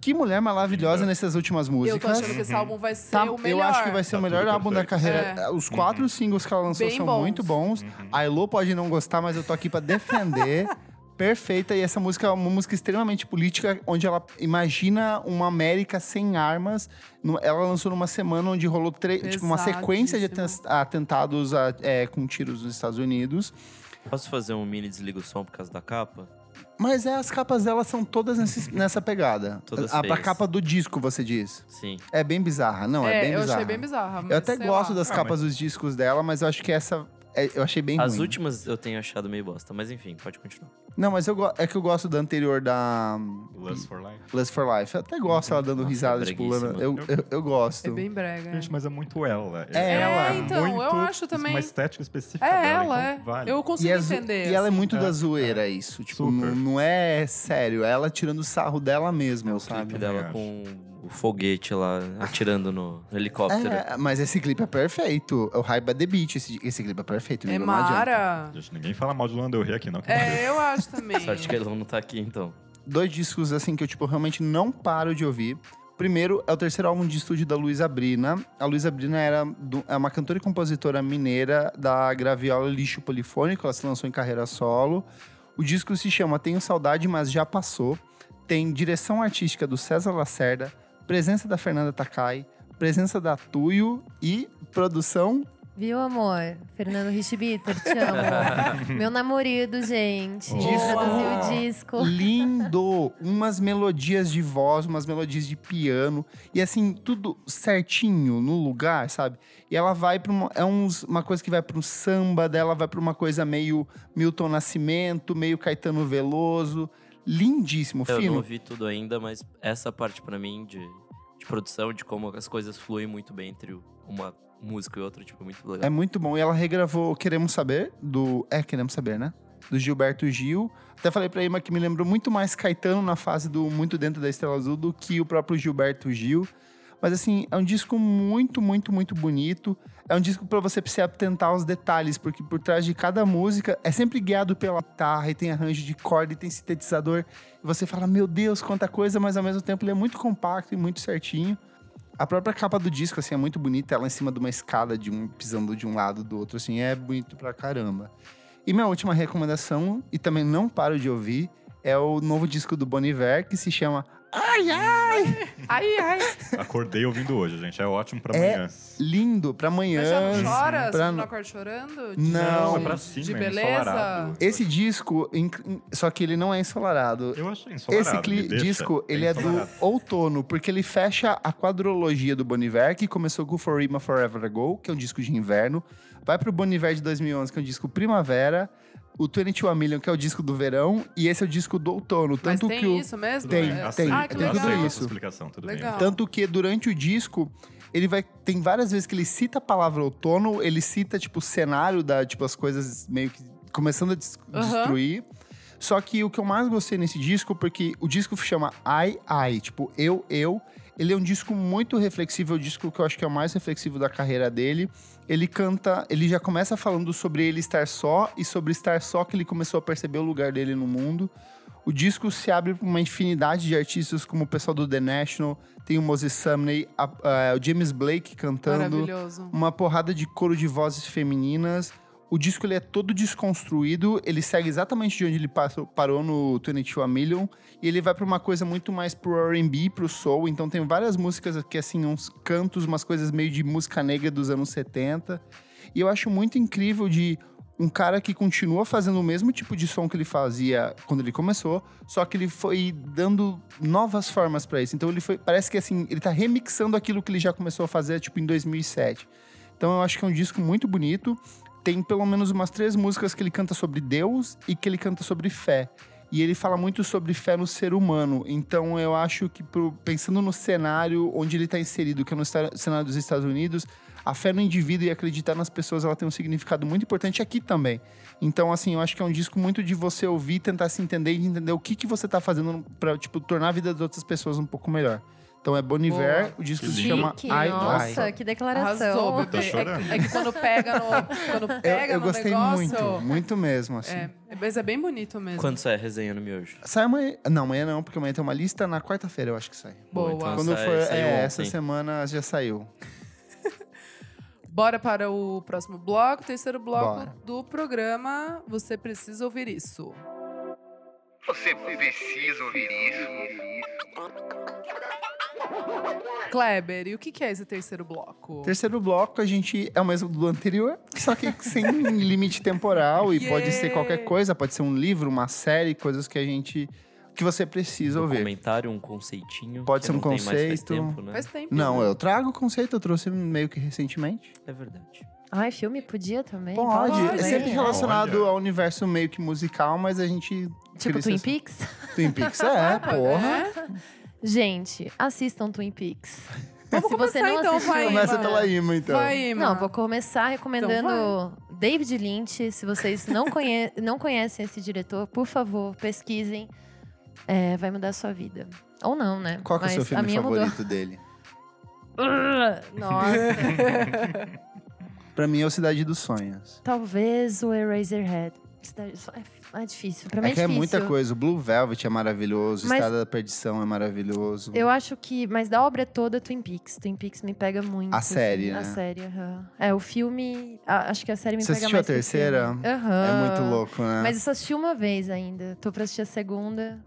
Que mulher maravilhosa Linda. nessas últimas Eu tô músicas. achando que Uhum. esse álbum vai ser Tá, o melhor. É. eu acho que vai ser o Tá melhor tudo álbum da perfeito. Uhum. carreira. É, Os quatro singles que ela lançou Bem são bons. muito bons. A Elo pode não gostar, mas eu tô aqui pra *laughs* defender. Perfeita, e essa música é uma música extremamente política, onde ela imagina uma América sem armas. No- Ela lançou numa semana onde rolou tre- tipo, uma sequência de aten- Pesadíssimo. atentados a- é, com tiros nos Estados Unidos. Posso fazer um mini desliga o som por causa da capa? Mas é, as capas delas são todas nesse- nessa pegada. Todas a, a feias. capa do disco, você diz. Sim. É bem bizarra. Não, é, é, bem eu bizarra. achei bem bizarra. Eu mas até sei gosto lá. das Tá, Ah, capas dos discos dela, mas eu acho que essa. é, eu achei bem As ruim. últimas eu tenho achado meio bosta, mas enfim, pode continuar. Não, mas eu go- é que eu gosto da anterior da hum, Lust for Life. Lust for Life. Eu até gosto ela dando Uhum. Nossa, é risada, tipo, preguiça, Lana- eu, mano. eu, eu gosto. É bem brega. é. Gente, mas é muito ela. É ela. então, eu muito acho também. Uma estética específica É dela, ela, então vale. é. Eu E, consigo é zo- entender. e ela é assim. muito É, da zoeira, isso. Tipo, Super. n- não é sério. É ela tirando sarro dela mesma, É o sabe? clipe dela acho. com o foguete lá, atirando no helicóptero. É, mas esse clipe é perfeito. O Hype by the Beach, esse, esse clipe é perfeito. É amigo, não adianta. Mara. Gente, ninguém fala mal de Lana Del Rey aqui, não. que meu Deus. É, eu acho também. Sorte que ele não tá aqui, então. dois discos assim que eu tipo realmente não paro de ouvir. Primeiro é o terceiro álbum de estúdio da Luísa Brina. A Luísa Brina era do- é uma cantora e compositora mineira da Graviola e Lixo Polifônico, ela se lançou em carreira solo. O disco se chama Tenho Saudade, mas já passou. Tem direção artística do César Lacerda, presença da Fernanda Takai, presença da Tuyo e produção Viu, amor? Fernando Richbiter, *laughs* te amo. Meu namorado, gente. Disco. Produziu o disco. Lindo! Umas melodias de voz, umas melodias de piano. E assim, tudo certinho no lugar, sabe? E ela vai pra uma. É uns- uma coisa que vai pro samba dela, vai pra uma coisa meio Milton Nascimento, meio Caetano Veloso. Lindíssimo, É, Eu não fino. ouvi tudo ainda, mas essa parte pra mim de, de produção, de como as coisas fluem muito bem entre o- uma música e outra, tipo, muito legal. É muito bom. E ela regravou Queremos Saber, do. É, Queremos Saber, né? Do Gilberto Gil. Até falei pra Ima que me lembrou muito mais Caetano na fase do Muito Dentro da Estrela Azul do que o próprio Gilberto Gil. Mas assim, é um disco muito, muito, muito bonito. É um disco pra você se atentar aos detalhes, porque por trás de cada música é sempre guiado pela guitarra e tem arranjo de corda e tem sintetizador. E você fala, meu Deus, quanta coisa, mas ao mesmo tempo ele é muito compacto e muito certinho. A própria capa do disco, assim, é muito bonita. Ela em cima de uma escada, de um pisando de um lado do outro, assim, é bonito pra caramba. E minha última recomendação, e também não paro de ouvir, é o novo disco do Bon Iver, que se chama Ai Ai! Ai, ai. *laughs* Acordei ouvindo hoje, gente. É ótimo pra É. amanhã. Lindo, pra Mas já amanhã. não chora? Você pra não no- acorda chorando? Não. é pra de cima, é beleza. ensolarado. Esse disco, em- em- só que ele não é ensolarado. Eu achei ensolarado. Esse cli- é um me deixa. disco, ele é do ensolarado. outono, porque ele fecha a quadrologia do Boniver, que começou com For Rima Forever Ago, que é um disco de inverno, vai pro Boniver de 2011, que é um disco primavera, o 21 Million, que é o disco do verão, e esse é o disco do outono. Mas Tanto que tem o, isso mesmo? Tem, É. tem, Ah, que tem legal. tudo aceito essa isso. explicação, tudo Legal. Tanto que durante o disco, ele vai. Tem várias vezes que ele cita a palavra outono, ele cita, tipo, o cenário da, tipo, as coisas meio que começando a des- Aham. destruir. Só que o que eu mais gostei nesse disco, porque o disco chama Ai Ai, tipo, eu, eu. Ele é um disco muito reflexivo, é o disco que eu acho que é o mais reflexivo da carreira dele. Ele canta, ele já começa falando sobre ele estar só e sobre estar só que ele começou a perceber o lugar dele no mundo. O disco se abre para uma infinidade de artistas, como o pessoal do The National, tem o Moses Sumney, a- a- o James Blake cantando, Maravilhoso. uma porrada de coro de vozes femininas. O disco ele é todo desconstruído, ele segue exatamente de onde ele passou- parou no 22 A Million, e ele vai para uma coisa muito mais pro R&B, pro soul, então tem várias músicas que assim, uns cantos, umas coisas meio de música negra dos anos 70. E eu acho muito incrível de um cara que continua fazendo o mesmo tipo de som que ele fazia quando ele começou, só que ele foi dando novas formas pra isso. Então ele foi, parece que assim, ele tá remixando aquilo que ele já começou a fazer tipo em 2007. Então eu acho que é um disco muito bonito. Tem pelo menos umas três músicas que ele canta sobre Deus e que ele canta sobre fé. E ele fala muito sobre fé no ser humano. Então eu acho que pro- pensando no cenário onde ele está inserido, que é no esta- cenário dos Estados Unidos, a fé no indivíduo e acreditar nas pessoas, ela tem um significado muito importante aqui também. Então assim, eu acho que é um disco muito de você tá ouvir, tentar se entender e entender o que que você está fazendo para tipo tornar a vida das outras pessoas um pouco melhor. Então é Boniver, o disco se Que chama Chique, I nossa, Die. que declaração. Arrasou, bebê. Tá É- chorando. É, que quando pega no, quando Eu, pega eu no gostei negócio... muito, muito mesmo, assim. É, mas é bem bonito mesmo. Quando sai a resenha no miojo? Sai amanhã. Não, amanhã não, porque amanhã tem uma lista. Na quarta-feira eu acho que sai. Boa. então Quando sai- for saiu é, ontem. essa semana já saiu. Bora para o próximo bloco, terceiro bloco Bora. do programa. Você precisa ouvir isso. Você precisa ouvir isso. Kleber, e o que que é esse terceiro bloco? Terceiro bloco, a gente é o mesmo do anterior, só que *laughs* sem limite temporal e Yeah. pode ser qualquer coisa, pode ser um livro, uma série, coisas que a gente que você precisa Um ouvir. comentário, um conceitinho. Pode que ser um não tem mais faz conceito. tempo, né? Faz tempo. Não, né? eu trago o conceito, eu trouxe meio que recentemente. É verdade. Ai, filme podia também. Pode, pode, é sempre né? relacionado Olha. ao universo meio que musical, mas a gente Tipo cria Twin esse- Peaks? Twin Peaks *laughs* é, porra. É? Gente, assistam Twin Peaks. Vamos Se você começar, não então, assistiu- vai, Começa Ima. pela Ima, então. Vai, Ima. Não, vou começar recomendando Então David Lynch. Se vocês não, conhe- *laughs* não conhecem esse diretor, por favor, pesquisem. É, vai mudar a sua vida. Ou não, né? Qual que é o Mas seu a filme minha mudou. favorito dele? *laughs* Nossa. Pra mim é o Cidade dos Sonhos. Talvez o Eraserhead. Isso daí só- É, é difícil. Pra mim é, é que é difícil. muita coisa. O Blue Velvet é maravilhoso, Mas- Estrada da Perdição é maravilhoso. Eu acho que. Mas da obra toda, Twin Peaks. Twin Peaks me pega muito. A série, assim, né? A série, aham. É, o filme. a- acho que a série me Você pega assistiu mais. a terceira? que o filme. Aham. É muito louco, né? Mas eu só assisti uma vez ainda. Tô pra assistir a segunda.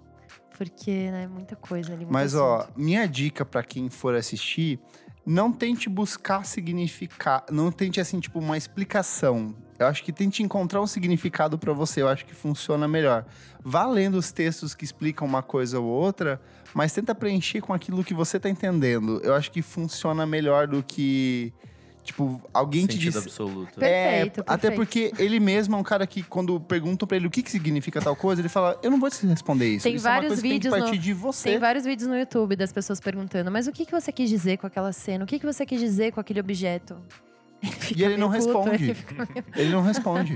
Porque, né, muita coisa ali. muito Mas, ó, assunto. minha dica pra quem for assistir, não tente buscar significar, não tente assim tipo uma explicação. Eu acho que tente encontrar um significado pra você, eu acho que funciona melhor. Vá lendo os textos que explicam uma coisa ou outra, mas tenta preencher com aquilo que você tá entendendo. Eu acho que funciona melhor do que tipo alguém te Sentido diz É, absoluto. Perfeito, Até perfeito. porque ele mesmo é um cara que, quando perguntam pra ele o que, que significa tal coisa, ele fala: Eu não vou te responder isso. Tem isso vários é uma coisa que vídeos tem no- que partir de você. Tem vários vídeos no YouTube das pessoas perguntando, mas o que, que você quis dizer com aquela cena? O que, que você quis dizer com aquele objeto? E ele não meio puto, responde. ele fica meio- Ele não *laughs* responde.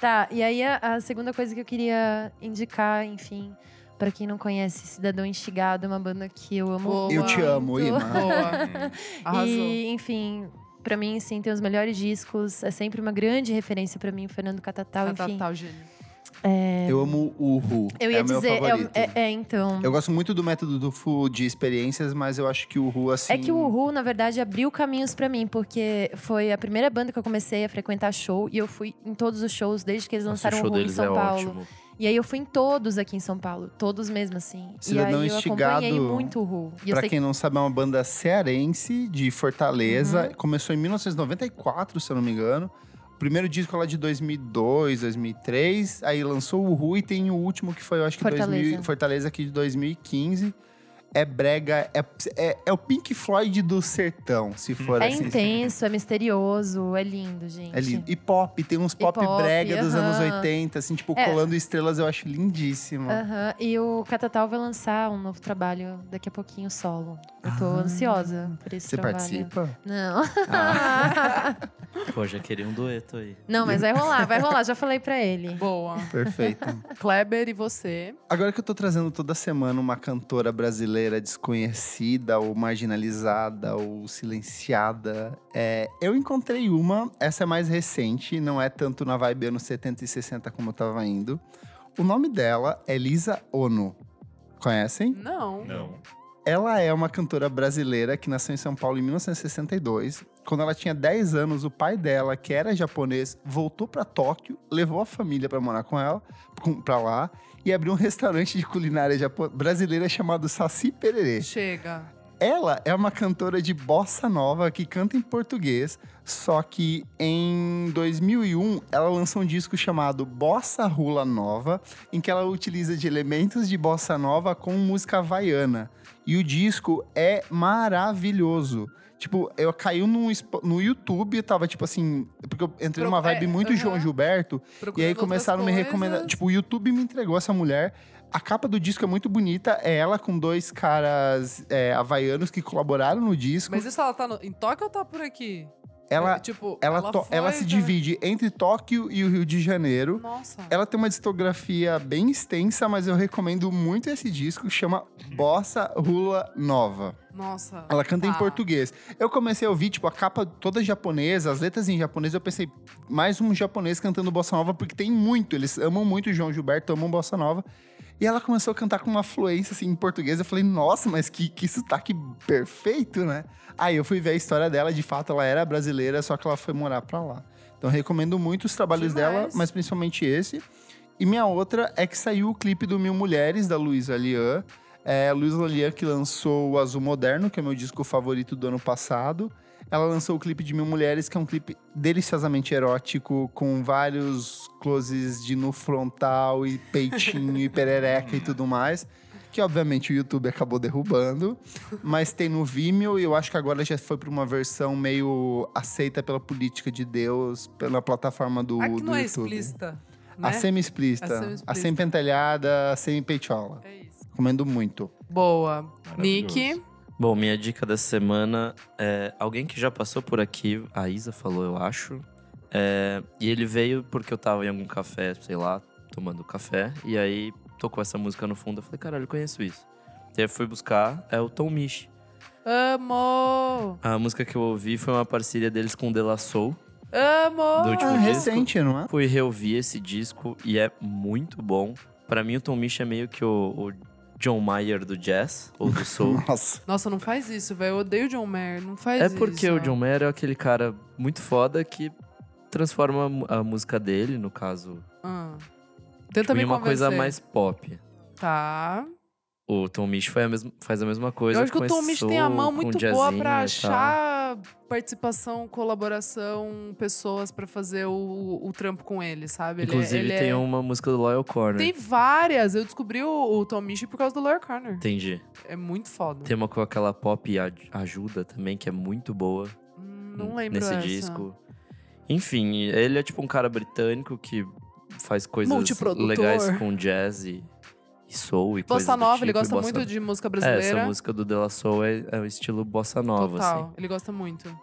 Tá, e aí a, a segunda coisa que eu queria indicar, enfim, pra quem não conhece, Cidadão Instigado, é uma banda que eu amo. Boa. Eu te amo, muito. Ima. Boa. Arrasou. E, enfim, pra mim, sim, tem os melhores discos. É sempre uma grande referência pra mim, o Fernando Catatal, Tá, tá, enfim. tá, gênio. Eu amo o Ru. É. Eu ia é o meu dizer, é o- favorito. é, é, então. Eu gosto muito do método do Fu de experiências, mas eu acho que o Ru, assim. É que o Ru, na verdade, abriu caminhos pra mim, porque foi a primeira banda que eu comecei a frequentar show e eu fui em todos os shows desde que eles Nossa, o lançaram show o Ru em deles São é Paulo. ótimo. E aí eu fui em todos aqui em São Paulo, todos mesmo assim. Cidadão e aí um Instigado, eu acompanhei muito o Ru. E eu Pra sei quem não sabe, é uma banda cearense de Fortaleza. Uhum. Começou em 1994, se eu não me engano. O primeiro disco lá de 2002, 2003. Aí lançou o Ru e tem o último que foi, eu acho que Fortaleza. 2000, Fortaleza aqui de 2015. É brega, é, é, é o Pink Floyd do sertão, se for É assim. intenso, é misterioso, é lindo, gente. É lindo. E pop, tem uns pop, pop, brega dos anos aham. 80, assim, tipo, É. Ah, colando estrelas, eu acho lindíssimo. Aham, E o Catatal vai lançar um novo trabalho daqui a pouquinho solo. Eu tô Ah. ansiosa por esse Você trabalho. participa? Não. *laughs* Pô, já queria um dueto aí. Não, mas vai rolar, vai rolar. Já falei pra ele. Boa. Perfeito. Kleber e você. *laughs* Agora que eu tô trazendo toda semana uma cantora brasileira desconhecida, ou marginalizada, ou silenciada, é, eu encontrei uma, essa é mais recente, não é tanto na vibe anos 70 e 60 como eu tava indo. O nome dela é Lisa Ono. Conhecem? Não. Não. Ela é uma cantora brasileira que nasceu em São Paulo em 1962. Quando ela tinha 10 anos, o pai dela, que era japonês, voltou para Tóquio, levou a família para morar com ela, com- pra lá, e abriu um restaurante de culinária japo- brasileira chamado Saci Pererê. Chega. Ela é uma cantora de bossa nova que canta em português, só que em 2001 ela lançou um disco chamado Bossa Rula Nova, em que ela utiliza de elementos de bossa nova com música havaiana. E o disco é maravilhoso. Tipo, eu caiu no, no YouTube, eu tava tipo assim, porque eu entrei Pro- numa vibe é, muito aham. João Gilberto, e Procurando aí outras começaram a me coisas. recomendar. Tipo, o YouTube me entregou essa mulher. A capa do disco é muito bonita. É ela com dois caras é, havaianos que colaboraram no disco. Mas isso ela tá no- em Tóquio ou tá por aqui? Ela, tipo, ela, to- foi ela se também. divide entre Tóquio e o Rio de Janeiro. Nossa. Ela tem uma discografia bem extensa, mas eu recomendo muito esse disco, chama Bossa Rula Nova. Nossa. Ela canta em Tá. português. Eu comecei a ouvir, tipo, a capa toda japonesa, as letras em japonês, eu pensei, mais um japonês cantando bossa nova, porque tem muito, eles amam muito o João Gilberto, amam bossa nova. E ela começou a cantar com uma fluência, assim, em português. Eu falei, nossa, mas que, que sotaque perfeito, né? Aí eu fui ver a história dela, de fato, ela era brasileira, só que ela foi morar pra lá. Então, eu recomendo muito os trabalhos Demais. dela, mas principalmente esse. E minha outra é que saiu o clipe do Mil Mulheres, da Luísa Lian. É a Luísa Lian que lançou o Azul Moderno, que é meu disco favorito do ano passado. Ela lançou o clipe de Mil Mulheres, que é um clipe deliciosamente erótico, com vários closes de nu frontal e peitinho e perereca e tudo mais. Que obviamente o YouTube acabou derrubando. Mas tem no Vimeo e eu acho que agora já foi pra uma versão meio aceita pela política de Deus, pela plataforma do, Ah, que do não é YouTube. explícita. A Né? A semi-explícita. semi-explícita. A semi-pentelhada, a semi-peitiola. É isso. Recomendo muito. Boa. Maravilhoso. Nick. Bom, minha dica da semana é alguém que já passou por aqui, a Isa falou, eu acho. É, e ele veio porque eu tava em algum café, sei lá, tomando café. E aí tocou essa música no fundo. Eu falei, caralho, eu conheço isso. E aí eu fui buscar, é o Tom Misch. Amo! A música que eu ouvi foi uma parceria deles com o De La Soul. Amo! Do Tipo último Ah, disco. recente, não é? Fui reouvir esse disco e é muito bom. Pra mim, o Tom Misch é meio que o, o John Mayer do jazz, ou do soul. Nossa. Nossa, não faz isso, velho. Eu odeio o John Mayer. Não faz É isso. porque o John Mayer é aquele cara muito foda que transforma a mu- a música dele, no caso, Ah. Tenta tipo, me em uma coisa convencer. mais pop. Tá. O Tom Misch foi a mesma- faz a mesma Eu coisa. acho que com o Tom esse Misch tem a soul, mão com um muito jazzinho boa pra e tal. achar participação, colaboração, pessoas pra fazer o, o trampo com ele, sabe? Ele é- Inclusive, ele é- tem um uma música do Loyal Corner. Tem várias. Eu descobri o, o Tom Misch por causa do Laura Corner. Entendi. É muito foda. Tem uma com aquela pop a- ajuda também, que é muito boa. Hum, Não lembro Nesse essa. disco. Enfim, ele é tipo um cara britânico que faz coisas Multiprodutor. legais com jazz e, e soul e coisas Bossa do Nova, tipo, ele e gosta bossa- muito de música É, essa brasileira. música do De La Soul é, é o estilo bossa nova, Total, assim. ele gosta muito.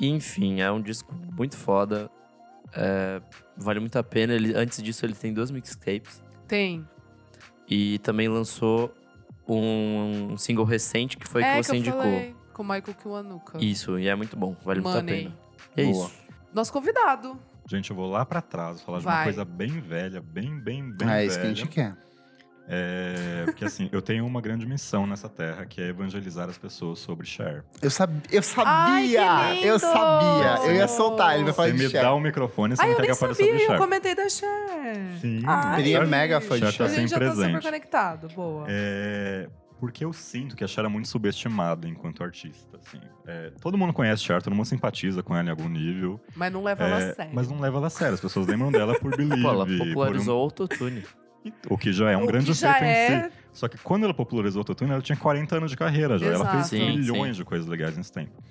E, Enfim, é um disco muito foda. é, vale muito a pena. Ele, antes disso, ele tem duas mixtapes. Tem. E também lançou um, um single recente que foi é que você eu indicou. falei com o Michael Kiwanuka. Isso, e é muito bom. Vale muito a Money. pena. E é Boa. isso. Nosso convidado. Gente, eu vou lá pra trás, falar de Vai. uma coisa bem velha, bem, bem, bem Ah, é velha. isso que a gente quer. É, porque assim, eu tenho uma grande missão nessa terra, que é evangelizar as pessoas sobre share. Eu, sab... eu Ai, que sabia! eu lindo! sabia! Eu ia soltar, ele vai falar Você de me chefe. dá o microfone, você Ai, não Ah, eu quer que nem eu fale sobre sabia, eu Ah, share. comentei da Cher. Sim, Ai. Ele é Cher- mega fã de Cher tá A chefe. gente já tá sempre super presente. conectado. Boa. É, porque eu sinto que a Cher é muito subestimada enquanto artista. assim. É, todo mundo conhece Cher, todo mundo simpatiza com ela em algum nível. Mas não leva ela é, a sério. Mas não leva ela a sério. As pessoas lembram dela por *laughs* Believe. Pô, ela por um- popularizou o autotune. o que já é um O grande que já feito em si. é... Só que quando ela popularizou o autotune, ela tinha 40 anos de carreira já. Ela Exato. fez Sim, milhões sim. de coisas legais nesse tempo.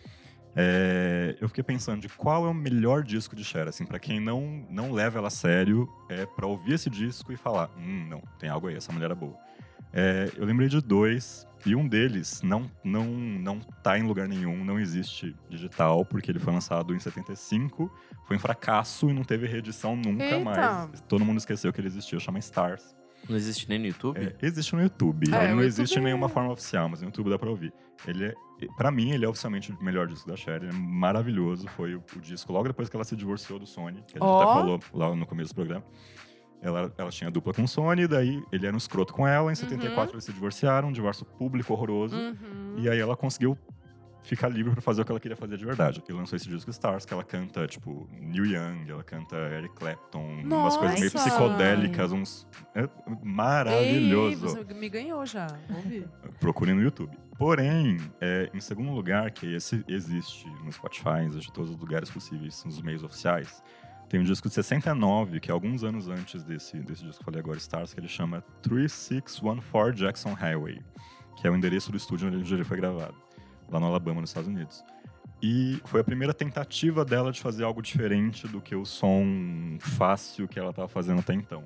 É, eu fiquei pensando de qual é o melhor disco de Cher, assim, pra quem não, não leva ela a sério, é pra ouvir esse disco e falar, hum, não, tem algo aí, essa mulher é boa. É, eu lembrei de dois, e um deles não, não, não tá em lugar nenhum, não existe digital, porque ele foi lançado em 75, foi um fracasso e não teve reedição nunca Eita. mais. Todo mundo esqueceu que ele existiu, chama Stars. Não existe nem no YouTube. É, existe no YouTube. É, ele o não existe YouTube em nenhuma é- forma oficial, mas no YouTube dá pra ouvir. Ele é, pra mim, ele é oficialmente o melhor disco da Cher. Ele é maravilhoso. Foi o, o disco logo depois que ela se divorciou do Sony, que a gente Ó. até falou lá no começo do programa. Ela, ela tinha dupla com o Sony, daí ele era um escroto com ela. Em 74 eles se divorciaram, um divórcio público horroroso. Uhum. E aí ela conseguiu ficar livre pra fazer o que ela queria fazer de verdade. E lançou esse disco Stars, que ela canta, tipo, Neil Young, ela canta Eric Clapton, umas coisas meio Nossa! psicodélicas, uns. É maravilhoso. Ei, você me ganhou já. Ouvi. Procure no YouTube. Porém, é, em segundo lugar, que esse existe no Spotify, existe em todos os lugares possíveis, nos meios oficiais, tem um disco de 69, que é alguns anos antes desse, desse disco que eu falei agora, Stars, que ele chama 3614 Jackson Highway, que é o endereço do estúdio onde ele foi gravado, lá no Alabama, nos Estados Unidos. E foi a primeira tentativa dela de fazer algo diferente do que o som fácil que ela estava fazendo até então.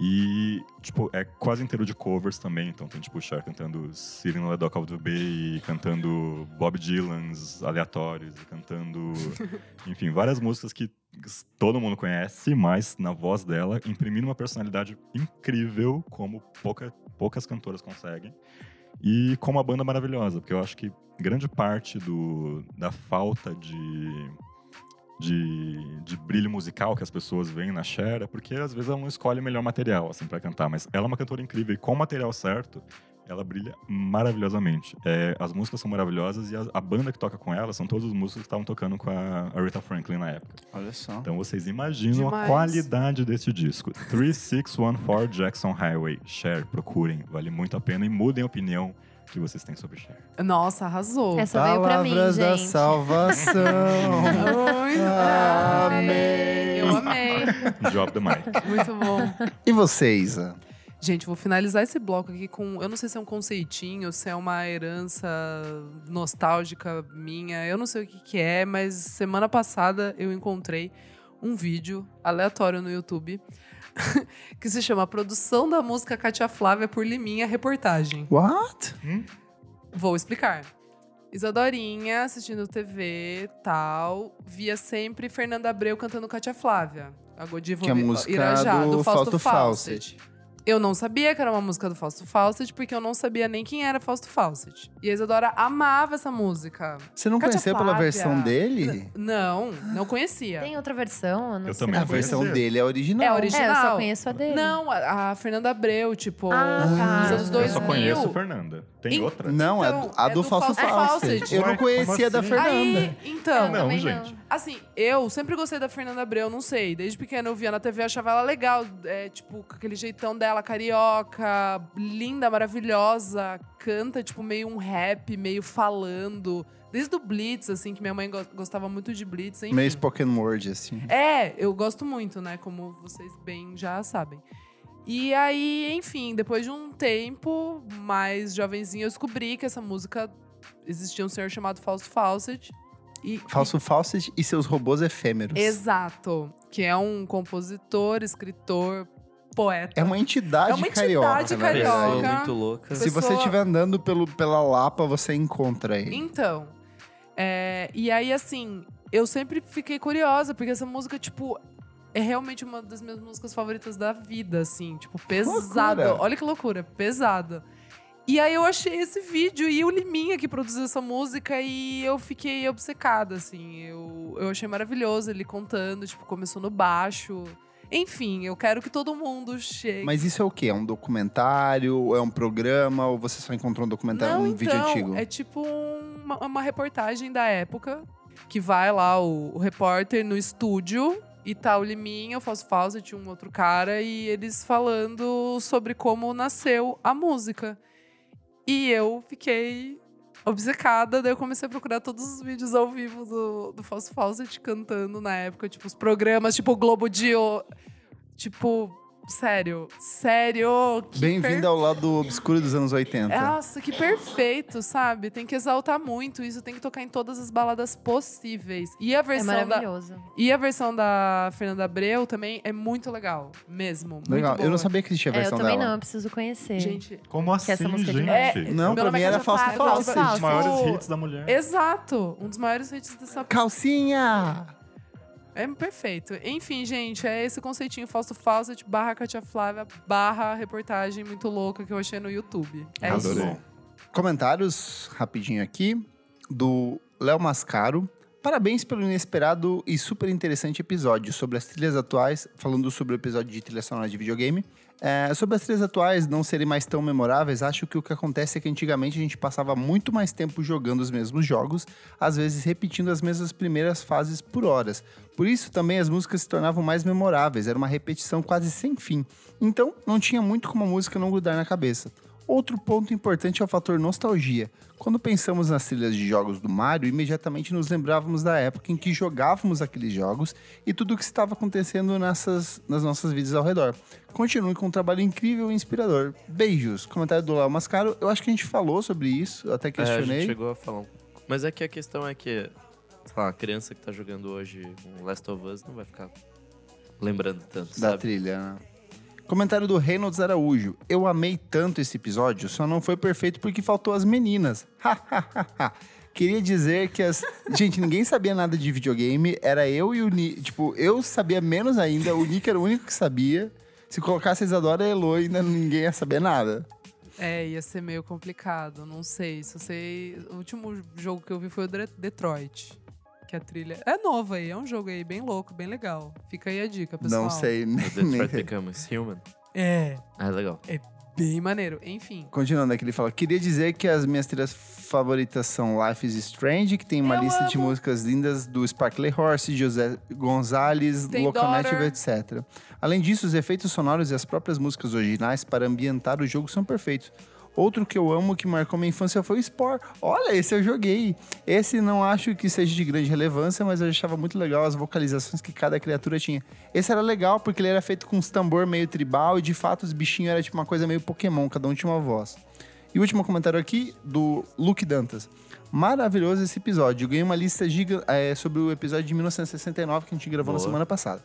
E, tipo, é quase inteiro de covers também. Então tem, tipo, o Cher cantando Cyril Ledoc Aldo B, e cantando Bob Dylan's aleatórios, e cantando. enfim, várias músicas que todo mundo conhece, mas na voz dela, imprimindo uma personalidade incrível, como pouca, poucas cantoras conseguem. E com uma banda maravilhosa, porque eu acho que grande parte do, da falta de de, de brilho musical que as pessoas veem na Cher é porque às vezes ela não escolhe o melhor material assim para cantar, mas ela é uma cantora incrível e com o material certo, ela brilha maravilhosamente. É, as músicas são maravilhosas e a, a, banda que toca com ela são todos os músicos que estavam tocando com a, a Rita Franklin na época. Olha só. Então vocês imaginam Demais. a qualidade desse disco. 3614 Jackson Highway. Cher, procurem, vale muito a pena e mudem a opinião que vocês têm sobre Cher. Nossa, arrasou. Essa veio pra mim, Palavras da gente. salvação. Oi, Ah. Amei. Eu amei. Drop the mic. Muito bom. e você, Isa? Gente, vou finalizar esse bloco aqui com. Eu não sei se é um conceitinho, se é uma herança nostálgica minha, eu não sei o que, que é, mas semana passada eu encontrei um vídeo aleatório no YouTube *laughs* que se chama Produção da Música Cátia Flávia por Liminha Reportagem. What? Vou explicar. Isadorinha assistindo TV, tal, via sempre Fernanda Abreu cantando Cátia Flávia. A Godiva Que é a música Irajá, do Fausto Fawcett. Eu não sabia que era uma música do Fausto Fawcett, porque eu não sabia nem quem era Fausto Fawcett. E a Isadora amava essa música. Você não Cátia conheceu pela Flávia. versão dele? Não, não conhecia. Tem outra versão? Eu, não Eu sei. também A não conheço. versão dele é original. É É, eu só original. conheço a dele. não, a, a Fernanda Abreu, tipo, Ah, tá. nos anos Eu só 2000. Eu só conheço Fernanda. Tem Em- outra? Não, é Então, do- a é do, do Falso Fausto Fawcett. Eu não Ué, conhecia como a da assim? Fernanda. Aí, então, Não, Também gente. Assim, eu sempre gostei da Fernanda Abreu, não sei. Desde pequena eu via na TV, eu achava ela legal. É, tipo, com aquele jeitão dela, carioca, linda, maravilhosa. Canta, tipo, meio um rap, meio falando. Desde o Blitz, assim, que minha mãe go- gostava muito de Blitz. Enfim. Meio spoken word, assim. É, eu gosto muito, né? Como vocês bem já sabem. E aí, enfim, depois de um tempo mais jovenzinho, eu descobri que essa música existia um senhor chamado Fausto Fawcett. E, Falso Fawcett e seus robôs efêmeros. Exato. Que é um compositor, escritor, poeta. É uma entidade É uma carioca. entidade na verdade. carioca. Pessoa muito louca. Se você Pessoa- estiver andando pelo, pela Lapa, você encontra ele. Então. é, e aí, assim, eu sempre fiquei curiosa, porque essa música, tipo, é realmente uma das minhas músicas favoritas da vida, assim, tipo, pesada. loucura. Olha que loucura, pesada. E aí eu achei esse vídeo e o Liminha que produziu essa música e eu fiquei obcecada, assim. Eu, eu achei maravilhoso ele contando, tipo, começou no baixo. Enfim, eu quero que todo mundo chegue. Mas isso é o quê? É um documentário? É um programa? Ou você só encontrou um documentário, um então, vídeo antigo? É tipo uma, uma reportagem da época que vai lá o, o repórter no estúdio e tá o Liminha, o Fausto Fawcett, um outro cara, e eles falando sobre como nasceu a música. E eu fiquei obcecada, daí eu comecei a procurar todos os vídeos ao vivo do, do Fausto Fawcett cantando na época, tipo, os programas, tipo, Globo de... Ouro. Tipo, sério, sério, que Bem-vindo ao lado obscuro dos anos É, 80. nossa, que perfeito, sabe? Tem que exaltar muito isso, tem que tocar em todas as baladas possíveis. E a É versão da maravilhoso. E a versão da Fernanda Abreu também é muito legal, mesmo, muito Legal. Eu boa. não sabia que existia a É, eu versão também dela. não, eu preciso conhecer. Gente, Como assim, essa música é gente? demais. É, Não, Meu pra nome mim é era Cátia Falso Flávia, Falso Fawcett. Fawcett. Os maiores Tipo, hits da né? mulher. exato, um dos maiores hits dessa Calcinha! É perfeito. Enfim, gente, é esse conceitinho Fausto Fawcett barra Katia Flávia barra reportagem muito louca que eu achei no YouTube. É Adorei. isso. Adorei. Comentários rapidinho aqui do Léo Mascaro. Parabéns pelo inesperado e super interessante episódio sobre as trilhas atuais, falando sobre o episódio de trilha sonora de videogame. É, sobre as trilhas atuais não serem mais tão memoráveis, acho que o que acontece é que antigamente a gente passava muito mais tempo jogando os mesmos jogos, às vezes repetindo as mesmas primeiras fases por horas. Por isso também as músicas se tornavam mais memoráveis, era uma repetição quase sem fim. Então não tinha muito como a música não grudar na cabeça. Outro ponto importante é o fator nostalgia. Quando pensamos nas trilhas de jogos do Mario, imediatamente nos lembrávamos da época em que jogávamos aqueles jogos e tudo o que estava acontecendo nessas, nas nossas vidas ao redor. Continue com um trabalho incrível e inspirador. Beijos. Comentário do Léo Mascaro. Eu acho que a gente falou sobre isso, eu até É, a gente questionei. chegou a falar um pouco. Mas é que a questão é que, sei lá, a criança que tá jogando hoje um Last of Us não vai ficar lembrando tanto, da sabe? trilha, né? Comentário do Reynolds Araújo. Eu amei tanto esse episódio, só não foi perfeito porque faltou as meninas. Ha, ha, ha, ha. Queria dizer que as. Gente, ninguém sabia nada de videogame. Era eu e o Nick. Tipo, eu sabia menos ainda. O Nick era o único que sabia. Se colocasse a Isadora e a Elo, ainda ninguém ia saber nada. É, ia ser meio complicado, não sei. Só sei. O último jogo que eu vi foi o Dre- Detroit. Que a trilha. É nova aí, é um jogo aí bem louco, bem legal. Fica aí a dica, pessoal. Não sei. Nem, O Detroit nem- Becomes Human. É, Ah, legal. bem maneiro. Enfim. Continuando aqui, ele fala: Queria dizer que as minhas trilhas favoritas são Life is Strange, que tem uma Eu lista de amo. músicas lindas do Sparkle Horse, José Gonzalez, Tem Locomotive, Daughter. etc. Além disso, os efeitos sonoros e as próprias músicas originais para ambientar o jogo são perfeitos. Outro que eu amo que marcou minha infância foi o Spore. Olha, esse eu joguei. Esse não acho que seja de grande relevância, mas eu achava muito legal as vocalizações que cada criatura tinha. Esse era legal porque ele era feito com uns tambor meio tribal e de fato os bichinhos era tipo uma coisa meio Pokémon, cada um tinha uma voz. E o último comentário aqui do Luke Dantas. Maravilhoso esse episódio. Eu ganhei uma lista giga, eh, sobre o episódio de 1969 que a gente gravou na Boa. semana passada.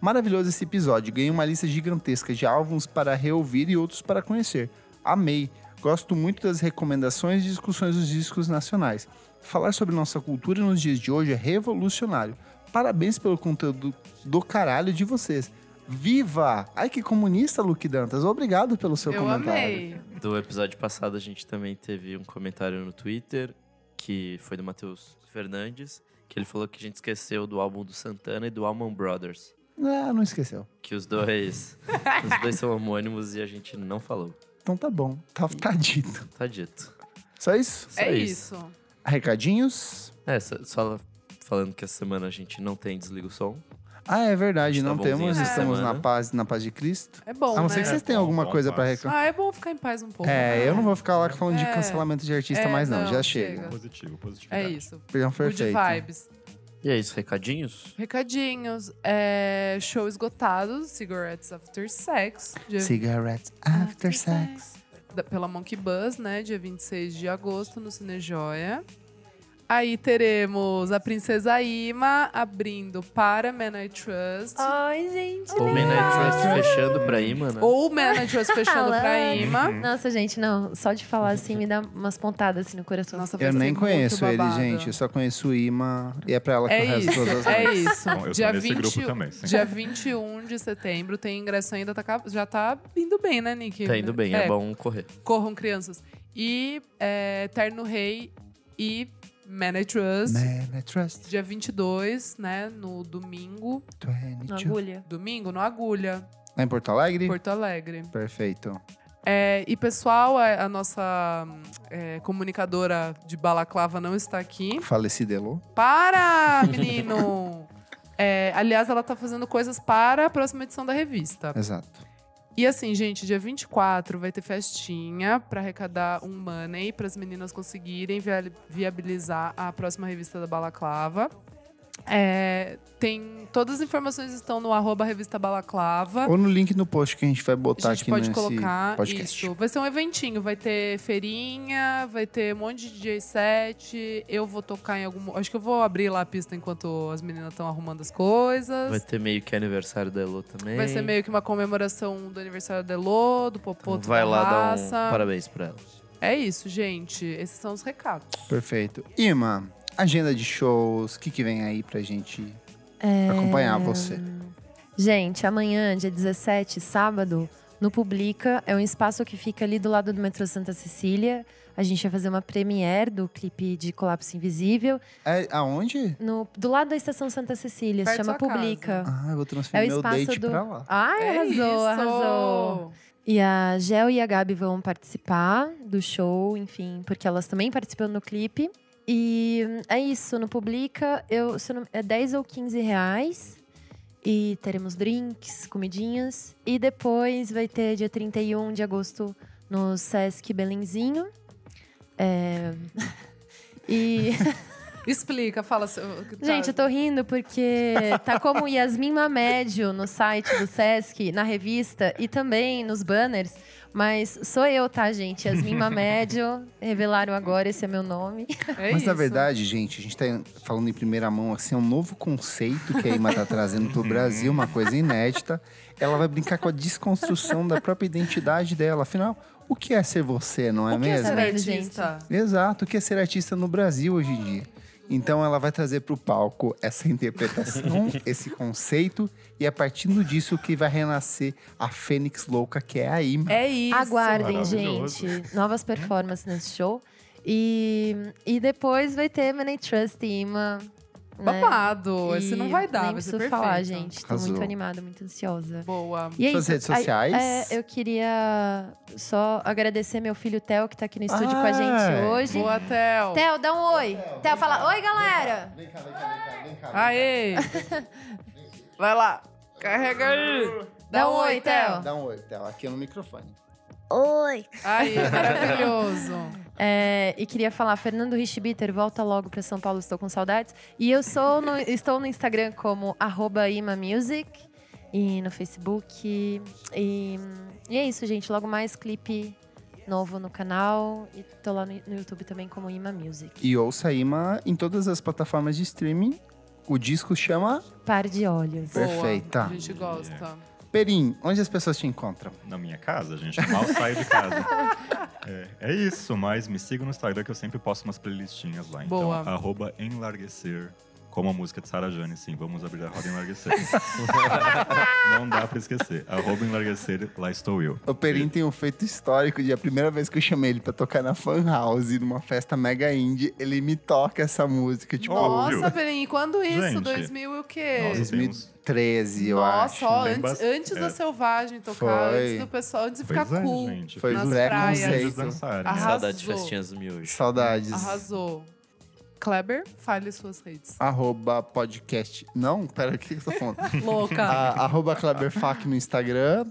Maravilhoso esse episódio. Ganhei uma lista gigantesca de álbuns para reouvir e outros para conhecer. Amei. Gosto muito das recomendações e discussões dos discos nacionais. Falar sobre nossa cultura nos dias de hoje é revolucionário. Parabéns pelo conteúdo do caralho de vocês. Viva! Ai, que comunista, Luke Dantas. Obrigado pelo seu eu comentário. amei. Do episódio passado, a gente também teve um comentário no Twitter, que foi do Matheus Fernandes, que ele falou que a gente esqueceu do álbum do Santana e do Alman Brothers. Ah, não esqueceu. Que os dois. os dois são homônimos e a gente não falou. Então tá bom. Tá, tá dito. Tá dito. Só isso? Só É isso. Recadinhos? É, só, só falando que essa semana a gente não tem Desliga o Som. Ah, é verdade. Tá Não bonzinho temos. essa Estamos semana. na paz, na paz de Cristo. É bom, A não né? ser que vocês tenham Bom, alguma bom, coisa pra paz. reclamar. Ah, é bom ficar em paz um pouco. É, né? eu não vou ficar lá falando de É. cancelamento de artista É, mais, não. não, Já chega. chega. Positivo, positivo. É isso. Perdão, Good perfeito. vibes. E é isso, recadinhos? Recadinhos. É, show esgotado, Cigarettes After Sex. Dia Cigarettes after sex. Da- pela Monkey Buzz, né? Dia 26 de agosto no Cinejoia. Aí teremos a Princesa Ima abrindo para Man I Trust. Ai, gente. Ou Man I Trust fechando pra Ima, né? Ah, Ou Man I Trust fechando pra Alane. Ima. Nossa, gente, não. Só de falar assim me dá umas pontadas assim no coração. Nossa, vai Eu ser nem muito conheço ele, babado. gente. Eu só conheço o Ima. E é pra ela que eu É rezo todas as isso, é isso. Bom, eu Dia sou nesse 20 grupo também, sim. Dia 21 de setembro tem ingresso ainda, tá, ca- já tá indo bem, né, Nick? Tá indo bem, é, bom correr. Corram crianças. E é, Terno Rei e Man I Trust. Man, I trust Dia 22, né, no domingo. 22. agulha. Domingo, no Agulha, Lá em Porto Alegre? Porto Alegre. Perfeito. É, e pessoal, a, a nossa hum, é, comunicadora de balaclava não está aqui. Falecido Elo. Para, menino! É, aliás, ela tá fazendo coisas para a próxima edição da revista. Exato. E assim, gente, dia 24 vai ter festinha para arrecadar um money para as meninas conseguirem via- viabilizar a próxima revista da Balaclava. É, tem todas as informações estão no arroba revista Balaclava. Ou no link no post que a gente vai botar a gente aqui pode nesse colocar podcast. isso. Vai ser um eventinho, vai ter feirinha, vai ter um monte de DJ set. Eu vou tocar em algum. Acho que eu vou abrir lá a pista enquanto as meninas estão arrumando as coisas. Vai ter meio que aniversário da Elo também. Vai ser meio que uma comemoração do aniversário da Elô, do Popô, Então Vai da lá dar um raça. parabéns pra ela. É isso, gente. Esses são os recados. Perfeito. Ima, agenda de shows, o que, que vem aí pra gente acompanhar você? Gente, amanhã, dia 17, sábado, no Publica, é um espaço que fica ali do lado do metrô Santa Cecília. A gente vai fazer uma premiere do clipe de Colapso Invisível. É, aonde? No, do lado da estação Santa Cecília, Perto se chama da sua casa. Publica. Ah, eu vou É o transferir meu espaço date do. pra lá. Ai, é arrasou, isso. arrasou. E a Gel e a Gabi vão participar do show, enfim, porque elas também participam no clipe. E hum, é isso, no Publica eu, se eu não- é 10 ou 15 reais. E teremos drinks, comidinhas. E depois vai ter dia 31 de agosto no Sesc Belenzinho. É, *laughs* e. Explica, fala. seu- que tá- Gente, eu tô rindo porque tá como Yasmin Mamédio no site do Sesc, na revista e também nos banners, Mas sou eu, tá, gente? Yasmin Mamédio, revelaram agora, esse é meu nome. É Mas isso. na verdade, gente, a gente tá falando em primeira mão, assim, é um novo conceito que a Ima tá trazendo pro Brasil, uma coisa inédita. Ela vai brincar com a desconstrução da própria identidade dela. Afinal, o que é ser você, não é O que é mesmo? ser Ela é Gente. artista. Exato, o que é ser artista no Brasil hoje em dia. Então ela vai trazer para o palco essa *laughs* interpretação, esse conceito, e é partindo disso que vai renascer a Fênix Louca, que é a Ima. É isso. Aguardem, Maravilhoso. gente, novas performances nesse show. E, e depois vai ter Money Trust e Ima. né? Babado. Esse E não vai dar, nem vai ser preciso perfeito. falar, gente. Tô Arrasou. muito animada, muito ansiosa. Boa. E é Suas isso. redes Aí, sociais? é, eu queria só agradecer meu filho Theo, que tá aqui no estúdio com Ah, a gente hoje. Boa, Theo. Theo, dá um oi. Theo, fala oi, galera. Vem cá, vem cá, vem cá, vem cá. *laughs* Aê. Vai lá. Carrega aí. Dá um oi, Theo. Dá um oi, Théo, aqui no microfone. Oi. Aí, maravilhoso. É, e queria falar, Fernando Richbiter, volta logo para São Paulo, estou com saudades. E eu sou no- estou no Instagram como arroba imamusic e no Facebook. E, e é isso, gente. Logo mais clipe novo no canal. E tô lá no, no YouTube também como Ima Music. E ouça a Ima em todas as plataformas de streaming. O disco chama Par de olhos. Perfeito. Perfeita. Boa. A gente gosta. Perim. Onde as pessoas te encontram? Na minha casa, gente. Mal saio de casa. *laughs* É, é isso, mas me siga no Instagram que eu sempre posto umas playlistinhas lá. Então, Boa. arroba enlarguecer. Como a música de Sarah Jane, sim. Vamos abrir a roda e *laughs* enlarguecer. Não dá pra esquecer. Arroba enlarguecer, lá estou eu. O Perim tem um feito histórico de a primeira vez que eu chamei ele pra tocar na Fan House, numa festa mega indie, ele me toca essa música, tipo, Ó, Nossa, viu? Perim, quando isso? Gente. 2000 e o quê? Nossa, 2013, eu acho. um né? Nossa, ó, Bem antes, bas- antes é. da Selvagem tocar, Foi. antes do pessoal, antes de Pois ficar é, cool. gente. Foi nas um praias. Eles preconceito. dançarem. Arrasou. Saudade de festinhas do miojo. Saudades. Arrasou. Kleber, fale suas *laughs* redes. Arroba podcast. Não, pera, o que que eu tô falando? *laughs* Louca. A- arroba Kleberfac no Instagram.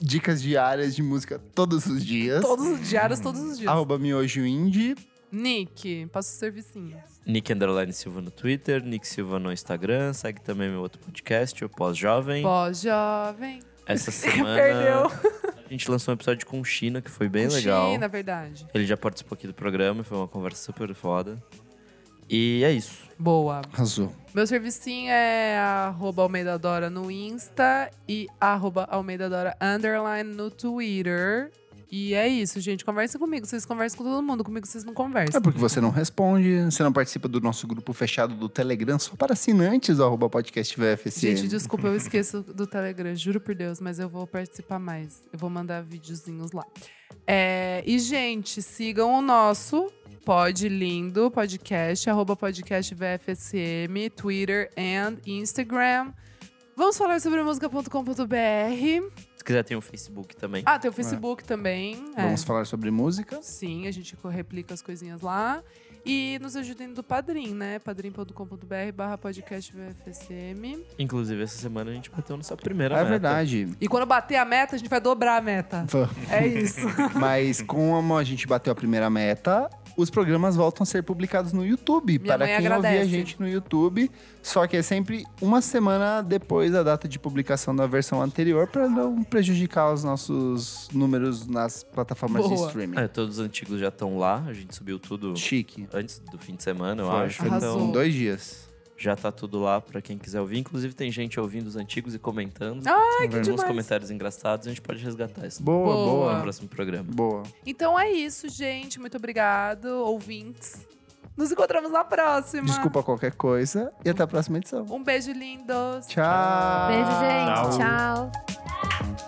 Dicas diárias de música todos os dias. Todos os Hum. diários, todos os dias. Arroba Miojo Indie. Nick, passa o servicinho. Nick Underline Silva no Twitter, Nick Silva no Instagram, segue também meu outro podcast, o Pós-Jovem. Pós-jovem. *laughs* Essa semana Perdeu. a gente lançou um episódio com China, que foi bem Com legal. China, verdade. Ele já participou aqui do programa, foi uma conversa super foda. E é isso. Boa. Arrasou. Meu servicinho é arroba Almeida Dora no Insta e arroba Almeida Dora underline no Twitter. E é isso, gente. Conversa comigo. Vocês conversam com todo mundo. Comigo vocês não É conversam. porque você não responde, você não participa do nosso grupo fechado do Telegram, só para assinantes do arroba podcast VFSM. Gente, desculpa, eu esqueço do Telegram, juro por Deus, mas eu vou participar mais. Eu vou mandar videozinhos lá. É, e, gente, sigam o nosso Pod Lindo Podcast, arroba podcast VFSM, Twitter and Instagram. Vamos falar sobre música.com.br. Se quiser, tem o Facebook também. Ah, tem o Facebook também. é. É. Vamos falar sobre música. Sim, a gente co- replica as coisinhas lá. E nos ajudem do Padrim, né? padrim.com.br barra podcast VFSM. Inclusive, essa semana a gente bateu nossa primeira É meta. verdade. E quando bater a meta, a gente vai dobrar a meta. Vamos. É isso. *laughs* Mas como a gente bateu a primeira meta, os programas voltam a ser publicados no YouTube. Minha para mãe quem ouvir a agradece. gente no YouTube. Só que é sempre uma semana depois da data de publicação da versão anterior, para não prejudicar os nossos números nas plataformas de Boa. streaming. É, todos os antigos já estão lá, a gente subiu tudo Chique. antes do fim de semana, eu Foi, acho. foi Arrasou. em Então, dois dias. já tá tudo lá pra quem quiser ouvir. Inclusive, tem gente ouvindo os antigos e comentando. Ai, que Alguns demais. comentários engraçados, a gente pode resgatar isso Boa, Boa. no boa. próximo programa. Boa. Então é isso, gente. Muito obrigado, ouvintes. Nos encontramos na próxima. Desculpa qualquer coisa e até a próxima edição. Um beijo, lindos. Tchau. Beijo, gente. Tchau. Tchau.